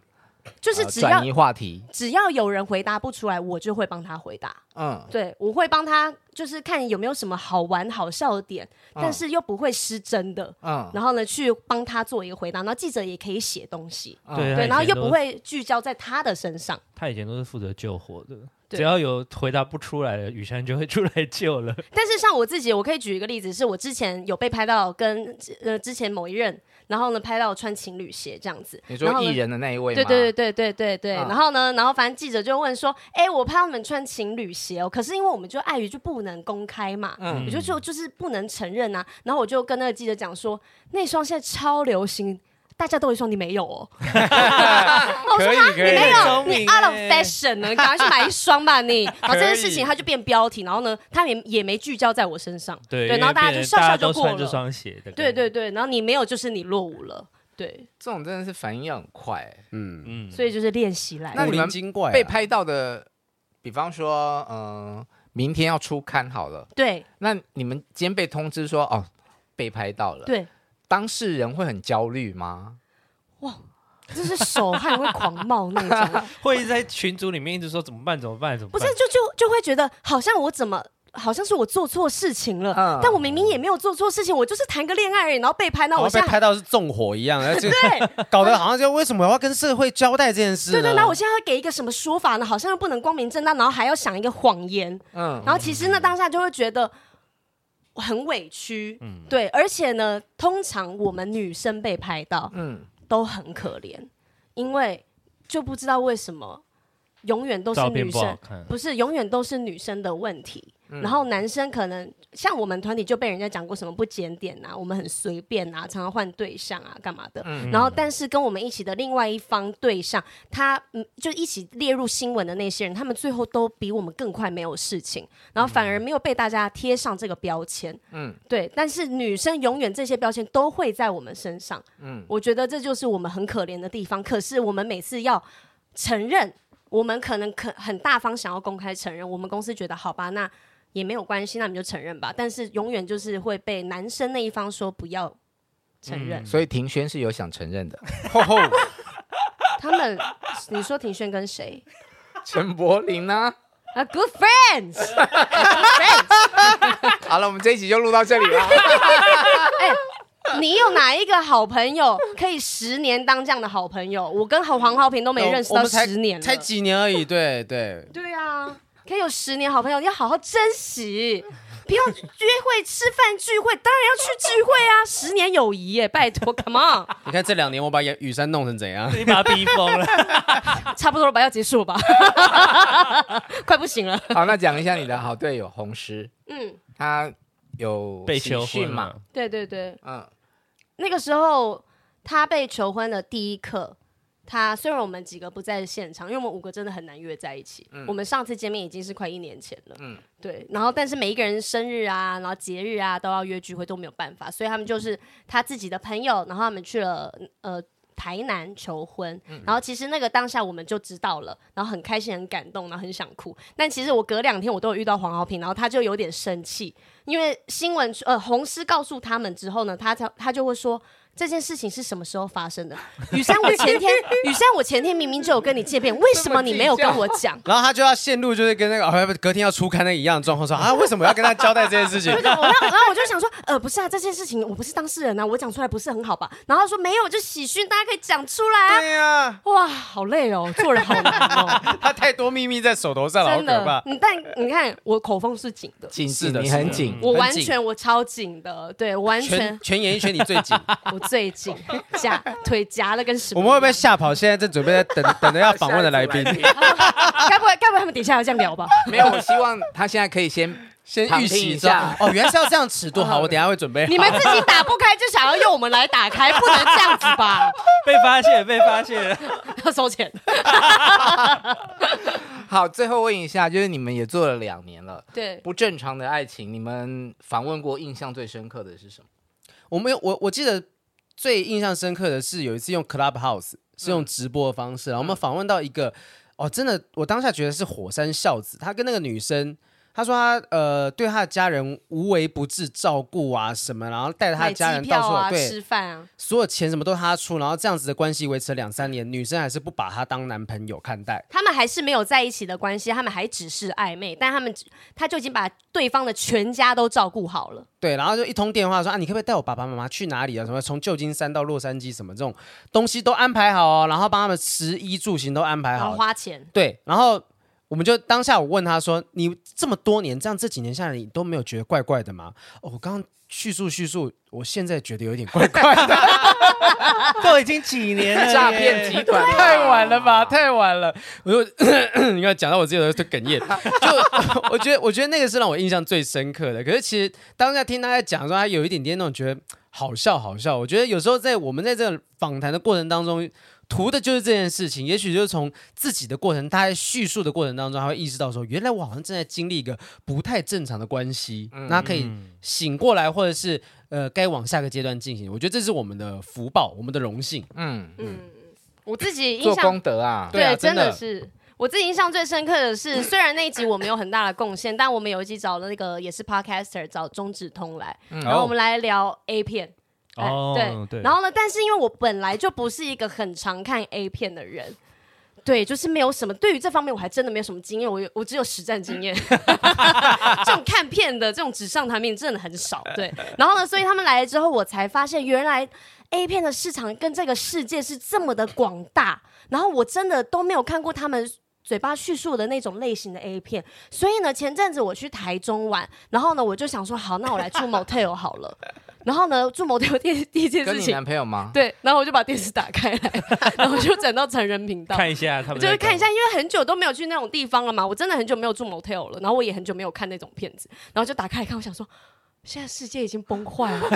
S2: 就是
S1: 呃
S2: 只要
S1: 转移话题。
S2: 只要有人回答不出来，我就会帮他回答。
S1: 嗯，
S2: 对，我会帮他，就是看有没有什么好玩好笑的点，但是又不会失真的。
S1: 嗯，
S2: 然后呢，去帮他做一个回答，然后记者也可以写东西，
S1: 嗯
S3: 对
S2: 对，然后又不，会聚焦在他的身上。
S3: 他以前都是负责救火的，
S2: 对
S3: 只要有回答不出来的，雨山就会出来救了。
S2: 但是像我自己，我可以举一个例子，是我之前有被拍到跟呃之前某一任，然后呢拍到穿情侣鞋这样子，
S1: 你
S2: 然
S1: 说
S2: 后呢
S1: 艺人的那一位吗？
S2: 对对对对对对对。
S3: 啊
S1: 嗯
S2: 然后呢，然后反正记者就问说：“哎，我怕他们穿情侣鞋哦，可是因为我们就碍于就不能公开嘛，
S3: 嗯
S2: 我就就就是不能承认啊。”然后我就跟那个记者讲说：“那双现在超流行。”大家都有一双，你没有哦。 我说哈，你
S5: 可以
S2: 没
S3: 很
S2: 有，
S3: 聪
S2: 你
S3: 明欸
S2: out of
S3: 耶
S2: fashion 呢，赶快去买一双吧 你。然后这件
S5: 可
S2: 事
S5: 以
S2: 情他就变标题，然后呢，他也也没聚焦在我身上，
S3: 对，
S2: 然后
S3: 因为
S2: 大家
S3: 变
S2: 就
S3: 成
S2: 笑
S3: 大
S2: 笑
S3: 家
S2: 就
S3: 都
S2: 过
S3: 穿这
S2: 了。
S3: 双嗯鞋的，
S2: 对对，对，然后你没有就是你落伍了，对，
S1: 这种真的是反应要很快。欸
S5: 嗯，
S3: 嗯，
S2: 所以就是练习来。
S1: 那
S5: 古
S1: 你们
S5: 灵精怪啊、
S1: 被拍到的，比方说，嗯、明天要出刊好了，
S2: 对
S1: 那你们今天被通知说哦被拍到了，
S2: 对，
S1: 当事人会很焦虑吗？
S2: 就是手汗会狂冒那种。
S3: 会一直在群组里面一直说怎么办怎么办怎么
S2: 不
S3: 办？
S2: 是，就就就会觉得好像我怎么。好像是我做错事情了，
S1: 嗯
S2: 但我明明也没有做错事情，我就是谈个恋爱而已，然后被拍，那
S5: 然
S2: 我
S5: 后哦被
S2: 现在
S5: 拍啊到是纵火一样，而 且
S2: 对
S5: 搞得好像就为什么我要跟社会交代这件事呢？
S2: 对对，然后我现在要给一个什么说法呢？好像又不能光明正大，然后还要想一个谎言，
S1: 嗯，
S2: 然后其实呢，当下就会觉得很委屈，
S3: 嗯
S2: 对，而且呢，通常我们女生被拍到
S1: 嗯，
S2: 都很可怜，因为就不知道为什么永远都是
S3: 照片
S2: 女
S3: 不好
S2: 生，
S3: 看，
S2: 不是永远都是女生的问题。
S1: 嗯
S2: 然后男生可能像我们团体就被人家讲过什么不检点啊，我们很随便啊，常常换对象啊，干嘛的。
S1: 嗯
S2: 然后但是跟我们一起的另外一方对象，他嗯就一起列入新闻的那些人，他们最后都比我们更快没有事情，然后反而没有被大家贴上这个标签。
S1: 嗯
S2: 嗯，对。但是女生永远这些标签都会在我们身上。
S1: 嗯
S2: 嗯，我觉得这就是我们很可怜的地方。可是我们每次要承认，我们可能可很大方想要公开承认，我们公司觉得好吧，那。也没有关系，那你就承认吧。但是永远就是会被男生那一方说不要承认，
S1: 所以庭轩是有想承认的，
S5: 吼吼，
S2: 他们，你说庭轩跟谁？
S1: 陈柏霖呢？
S2: 啊、g o o d friends，
S1: 好了，我们这一集就录到这里了。
S2: 哎你有哪一个好朋友可以十年当这样的好朋友？我跟黄黄浩平都 没认识
S5: 哦我
S2: 到
S5: 们才
S2: 十年了，
S5: 才几年而已，对对。
S2: 对啊，可以有十年好朋友，要好好珍惜。不要约会、吃饭、聚会，当然要去聚会啊！十年友谊耶，拜托，Come on，
S5: 你看这两年我把雨雨山弄成怎样？
S3: 你把他逼疯 了。
S2: 差不多了吧，要结束了吧， 快不行了。
S1: 好，那讲一下你的好队友红师，
S2: 嗯，
S1: 他有
S3: 被
S1: 喜
S3: 求
S1: 讯
S3: 婚
S1: 嘛？
S3: 嘛？
S2: 对对对，
S1: 嗯
S2: 那个时候他被求婚的第一刻，他虽然我们几个不在现场，因为我们五个真的很难约在一起。我们上次见面已经是快一年前了，
S1: 嗯
S2: 对。然后但是每一个人生日啊，然后节日啊都要约聚会，都没有办法，所以他们就是他自己的朋友，然后他们去了呃。台南求婚，然后其实那个当下我们就知道了，然后很开心、很感动，然后很想哭。但其实我隔两天我都有遇到黄豪平，然后他就有点生气，因为新闻呃红师告诉他们之后呢，他才他就会说这件事情是什么时候发生的？雨珊，我前天，雨珊，我前天明明就有跟你见面，为什么你没有跟我讲？
S5: 然后他就要陷入就是跟那个 哦不隔天要出刊那一样的状况，说啊为什么要跟他交代这件事 情？
S2: 我然后，然后我就想说，呃，不是啊，这件事情我不是当事人啊，我讲出来不是很好吧？然后他说没有，就喜讯，大家可以讲出来啊。
S5: 对呀，
S2: 哇，好累哦，做人好难 哦，
S5: 他太多秘密在手头上了，好
S2: 真
S5: 可
S2: 的
S5: 怕。。
S2: 你但你看，我口风是紧的，
S1: 紧
S5: 是
S1: 紧
S5: 的
S1: 你
S5: 是
S1: 很
S5: 的
S1: 紧，
S2: 我完
S5: 很紧
S2: 全我超紧的，对，我完全
S5: 全全演艺圈你最紧，
S2: 我最紧，夹腿夹了跟什么
S5: 我
S2: 一样？
S5: 们会不会吓跑？现在正准备在等等着要访问的来宾，
S2: 啊该不会该不会他们底下有这样聊吧？
S1: 没有，我希望他现在可以先
S5: 先
S1: 躺
S5: 预
S1: 平
S5: 习
S1: 一
S5: 一下
S1: 下。
S5: 哦，原来是要这样尺度，好，我等一下会准备好。
S2: 你们自己打不开，就想要用我们来打开，不能这样子吧？
S3: 被发现，被发现。
S2: 要收钱。
S1: 好。最后问一下，就是你们也做了两年了，
S2: 对，
S1: 不正常的爱情，你们访问过印象最深刻的是什么？
S5: 我没有，我我记得最印象深刻的是有一次用 Clubhouse
S2: 嗯
S5: 是用直播的方式，然后我们访问到一个哦，真的，我当下觉得是火山孝子，他跟那个女生。他说他呃对他的家人无微不至照顾啊什么，然后带着他
S2: 买
S5: 的家
S2: 机
S5: 人到
S2: 票
S5: 处、
S2: 啊，
S5: 对
S2: 吃饭啊，
S5: 所有钱什么都他出，然后这样子的关系维持了两
S2: 嗯
S5: 三年，女生还是不把他当男朋友看待。
S2: 他们还是没有在一起的关系，他们还只是暧昧，但他们只他就已经把对方的全家都照顾好了。
S5: 对，然后就一通电话说啊，你可不可以带我爸爸妈妈去哪里啊？什么从旧金山到洛杉矶什么这种东西都安排好哦，然后帮他们食衣住行都安排
S2: 然后
S5: 好。
S2: 花钱，
S5: 对，然后我们就当下我问他说：“你这么多年，这样这几年下来，你都没有觉得怪怪的吗？”哦，我刚刚叙述叙述，我现在觉得有点怪怪的，
S3: 都已经几年了耶，
S1: 诈骗集团
S5: 太晚了吧，太晚了。我就 你看讲到我自己都都哽咽，就 我觉得我觉得那个是让我印象最深刻的。可是其实当下听他在讲的时候，他有一点点那种觉得好笑好笑。我觉得有时候在我们在这个访谈的过程当中。图的就是这件事情，也许就是从自己的过程，他在叙述的过程当中，他会意识到说，原来我好像正在经历一个不太正常的关系，那他可以醒过来，或者是呃，该往下个阶段进行。我觉得这是我们的福报，我们的荣幸。
S1: 嗯，
S2: 嗯，我自己印
S1: 做
S2: 象
S1: 功德啊，
S5: 对啊
S2: 真
S5: 真的
S2: 是。我自己印象最深刻的是，虽然那一集我没有很大的贡献，但我们有一集找了那个也是 podcaster 找中指通来，
S3: 嗯
S2: 然后我们来聊 A 片。哎
S3: 哦对
S2: 然后呢？但是因为我本来就不是一个很常看 A 片的人，对，就是没有什么对于这方面我还真的没有什么经验，我有我只有实战经 验。 这种看片的这种纸上谈兵真的很少， 对。然后呢，所以他们来了之后，我才发现原来 A 片的市场跟这个世界是这么的广大，然后我真的都没有看过他们。嘴巴叙述的那种类型的 A 片，所以呢，前阵子我去台中玩，然后呢，我就想说，好，那我来住 motel 好了。 然后呢，住 motel 第第一件
S1: 跟
S2: 事
S1: 你
S2: 情，
S1: 男朋友吗？
S2: 对，然后我就把电视打开来， 然后就转到成人频道，
S3: 看一下他们
S2: 就
S3: 在
S2: 是看一下，
S3: 干
S2: 因为很久都没有去那种地方了嘛，我真的很久没有住 motel 了，然后我也很久没有看那种片子，然后就打开来看，我想说。现在世界已经崩坏了，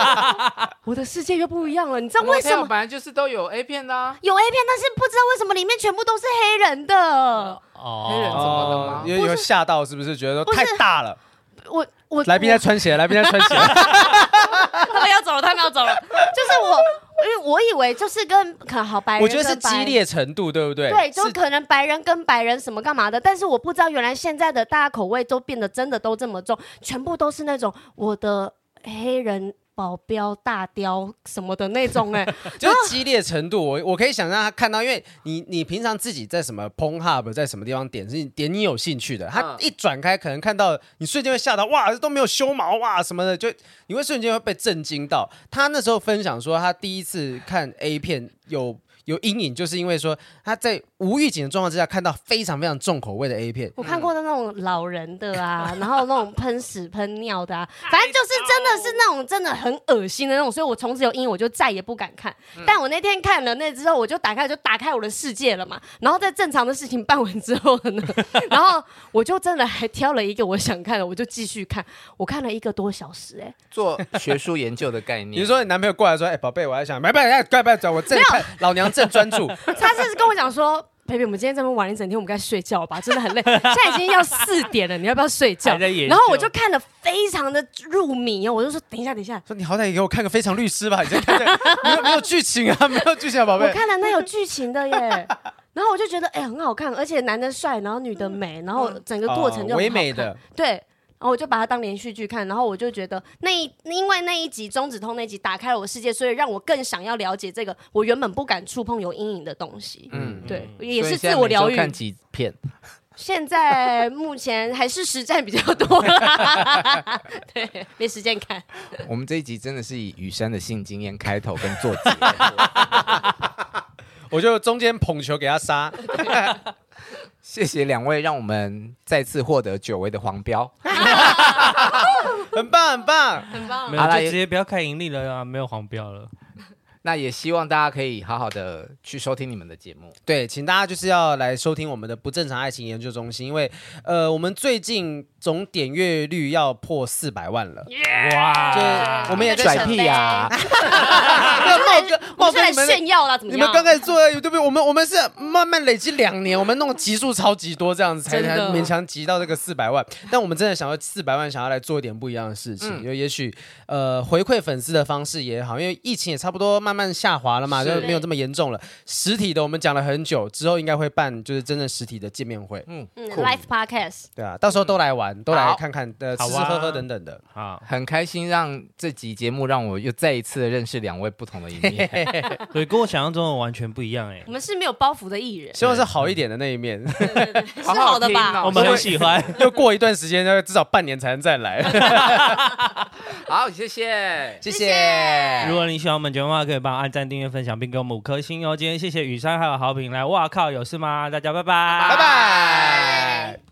S2: 我的世界又不一样了。你知道为什么
S1: 啊本来就是都有 A 片的、 啊，
S2: 有 A 片，但是不知道为什么里面全部都是黑人的？
S3: 嘛
S1: 黑人怎
S3: 哦，
S1: 么了吗
S5: 因？为有吓到是不是？觉得
S2: 不
S5: 说
S2: 是
S5: 太大了。
S2: 我我
S5: 来宾在穿鞋，来宾在穿 鞋。
S2: 他们要走了，他们要走了。 就是我，因为我以为就是跟可能好白人，
S5: 我觉得是激。烈程度，对不对？
S2: 对，就是可能白人跟白人什么干嘛的，但是我不知道原来现在的大家口味都变得真的都这么重，全部都是那种我的黑人保镖大雕什么的那种哎、
S5: 就是激烈程度，我我可以想让他看到，因为你你平常自己在什么 p o n Hub 在什么地方点是你点你有兴趣的，他
S1: 嗯
S5: 一转开可能看到你瞬间会吓到，哇，这都没有修毛哇什么的，就你会瞬间会被震惊到。他那时候分享说，他第一次看 A 片有。有阴影，就是因为说他在无预警的状况之下看到非常非常重口味的 A 片，
S2: 我看过的那种老人的
S3: 嗯
S2: 啊， 然后那种喷屎喷尿 的啊，反正就是真的是那种真的很恶心的那种，所以我从此有阴影，我就再也不敢看。
S3: 嗯
S2: 但我那天看了那之后，我就打开就打开我的世界了嘛。然后在正常的事情办完之后 呢，然后我就真的还挑了一个我想看的，我就继续看。我看了一个多小时、哎，
S1: 做学术研究的概
S5: 你
S1: 念。
S5: 是说你男朋友过来说，哎、宝贝，我还想，哎没办法，怪不得我正看，老娘正专 注，
S2: 他甚至跟我讲说。baby，我们今 天这么玩一整天，我们该睡觉了吧？真的很累，现在已经要四点了，你要不要睡觉？
S3: 还在哦研究
S2: 然后我就看了非常的入迷，哦我就说等一下，等一下，
S5: 说你好歹也给我看个非常律师吧，你在看这 没有没有剧情啊， 没有剧情啊，宝
S2: 我
S5: 贝。
S2: 看了那有剧情的耶，然后我就觉得哎、很好看，而且男的帅，然后女的美，然后整个过程就很好看
S5: 哦唯美的，
S2: 对，然后我就把它当连续剧看，然后我就觉得那一因为那一集中指通那一集打开了我世界，所以让我更想要了解这个我原本不敢触碰有阴影的东西。
S1: 嗯，
S2: 对，也
S1: 所以
S2: 是
S1: 现在
S2: 自我
S1: 每周
S2: 疗愈。
S1: 看几片，
S2: 现在目前还是实战比较多啦， 对，没时间看。
S1: 我们这一集真的是以雨山的性经验开头跟 做结。
S5: 我就中间捧球给他杀，
S1: 谢谢两位，让我们再次获得久违的黄标。
S5: 很棒很棒。
S3: 没
S1: 好
S3: 有
S1: 啦
S3: 就
S1: 也
S3: 直接不要看盈利了啊，没有黄标了。
S1: 那也希望大家可以好好的去收听你们的节目。
S5: 对，请大家就是要来收听我们的不正常爱情研究中心，因为呃，我们最近总点阅率要破四百万了。
S2: 哎
S3: 哇
S5: 对，啊我们也在
S1: 甩屁呀、
S5: 那茂哥，
S2: 啊我
S5: 茂
S2: 是
S5: 哥，
S2: 来
S5: 你们
S2: 炫耀啦，怎么
S5: 你
S2: 样？
S5: 们刚开始做对不对？我们我们是慢慢累积两年，我们弄集数超级多，这样子才
S2: 真
S5: 才
S2: 的
S5: 勉强集到这个四百万。但我们真的想要四百万，想要来做一点不一样的事情，因为也许呃回馈粉丝的方式也好，因为疫情也差不多慢慢下滑了嘛，就是没有这么严重了。实体的我们讲了很久，之后应该会办就是真正实体的见面会，
S1: 嗯，
S2: 嗯
S1: 酷
S2: ，Life Podcast，
S5: 对啊，到时候都来玩，都来
S1: 好
S5: 看看，呃，吃
S3: 好啊
S5: 吃喝喝等等的。
S3: 好，
S1: 很开心让这集节目让我又再一次的认识两位不同的一面。
S3: 对，跟我想象中的完全不一样哎
S2: 我。们是没有包袱的艺人，
S5: 希望是好一点的那一面，
S2: 是
S1: 好好
S2: 好的
S1: 听
S2: 吧？
S1: 哦
S3: 我们很 喜欢，
S5: 又过一段时间，至少半年才能再来。
S1: 好，谢谢。
S5: 谢
S2: 谢谢
S3: 如果你喜欢我们节目的话，可以帮我按赞、订阅、分享，并给我们五颗星哦。今天谢谢雨山还有好评来，哇靠，有事吗？大家拜拜，
S5: 拜拜。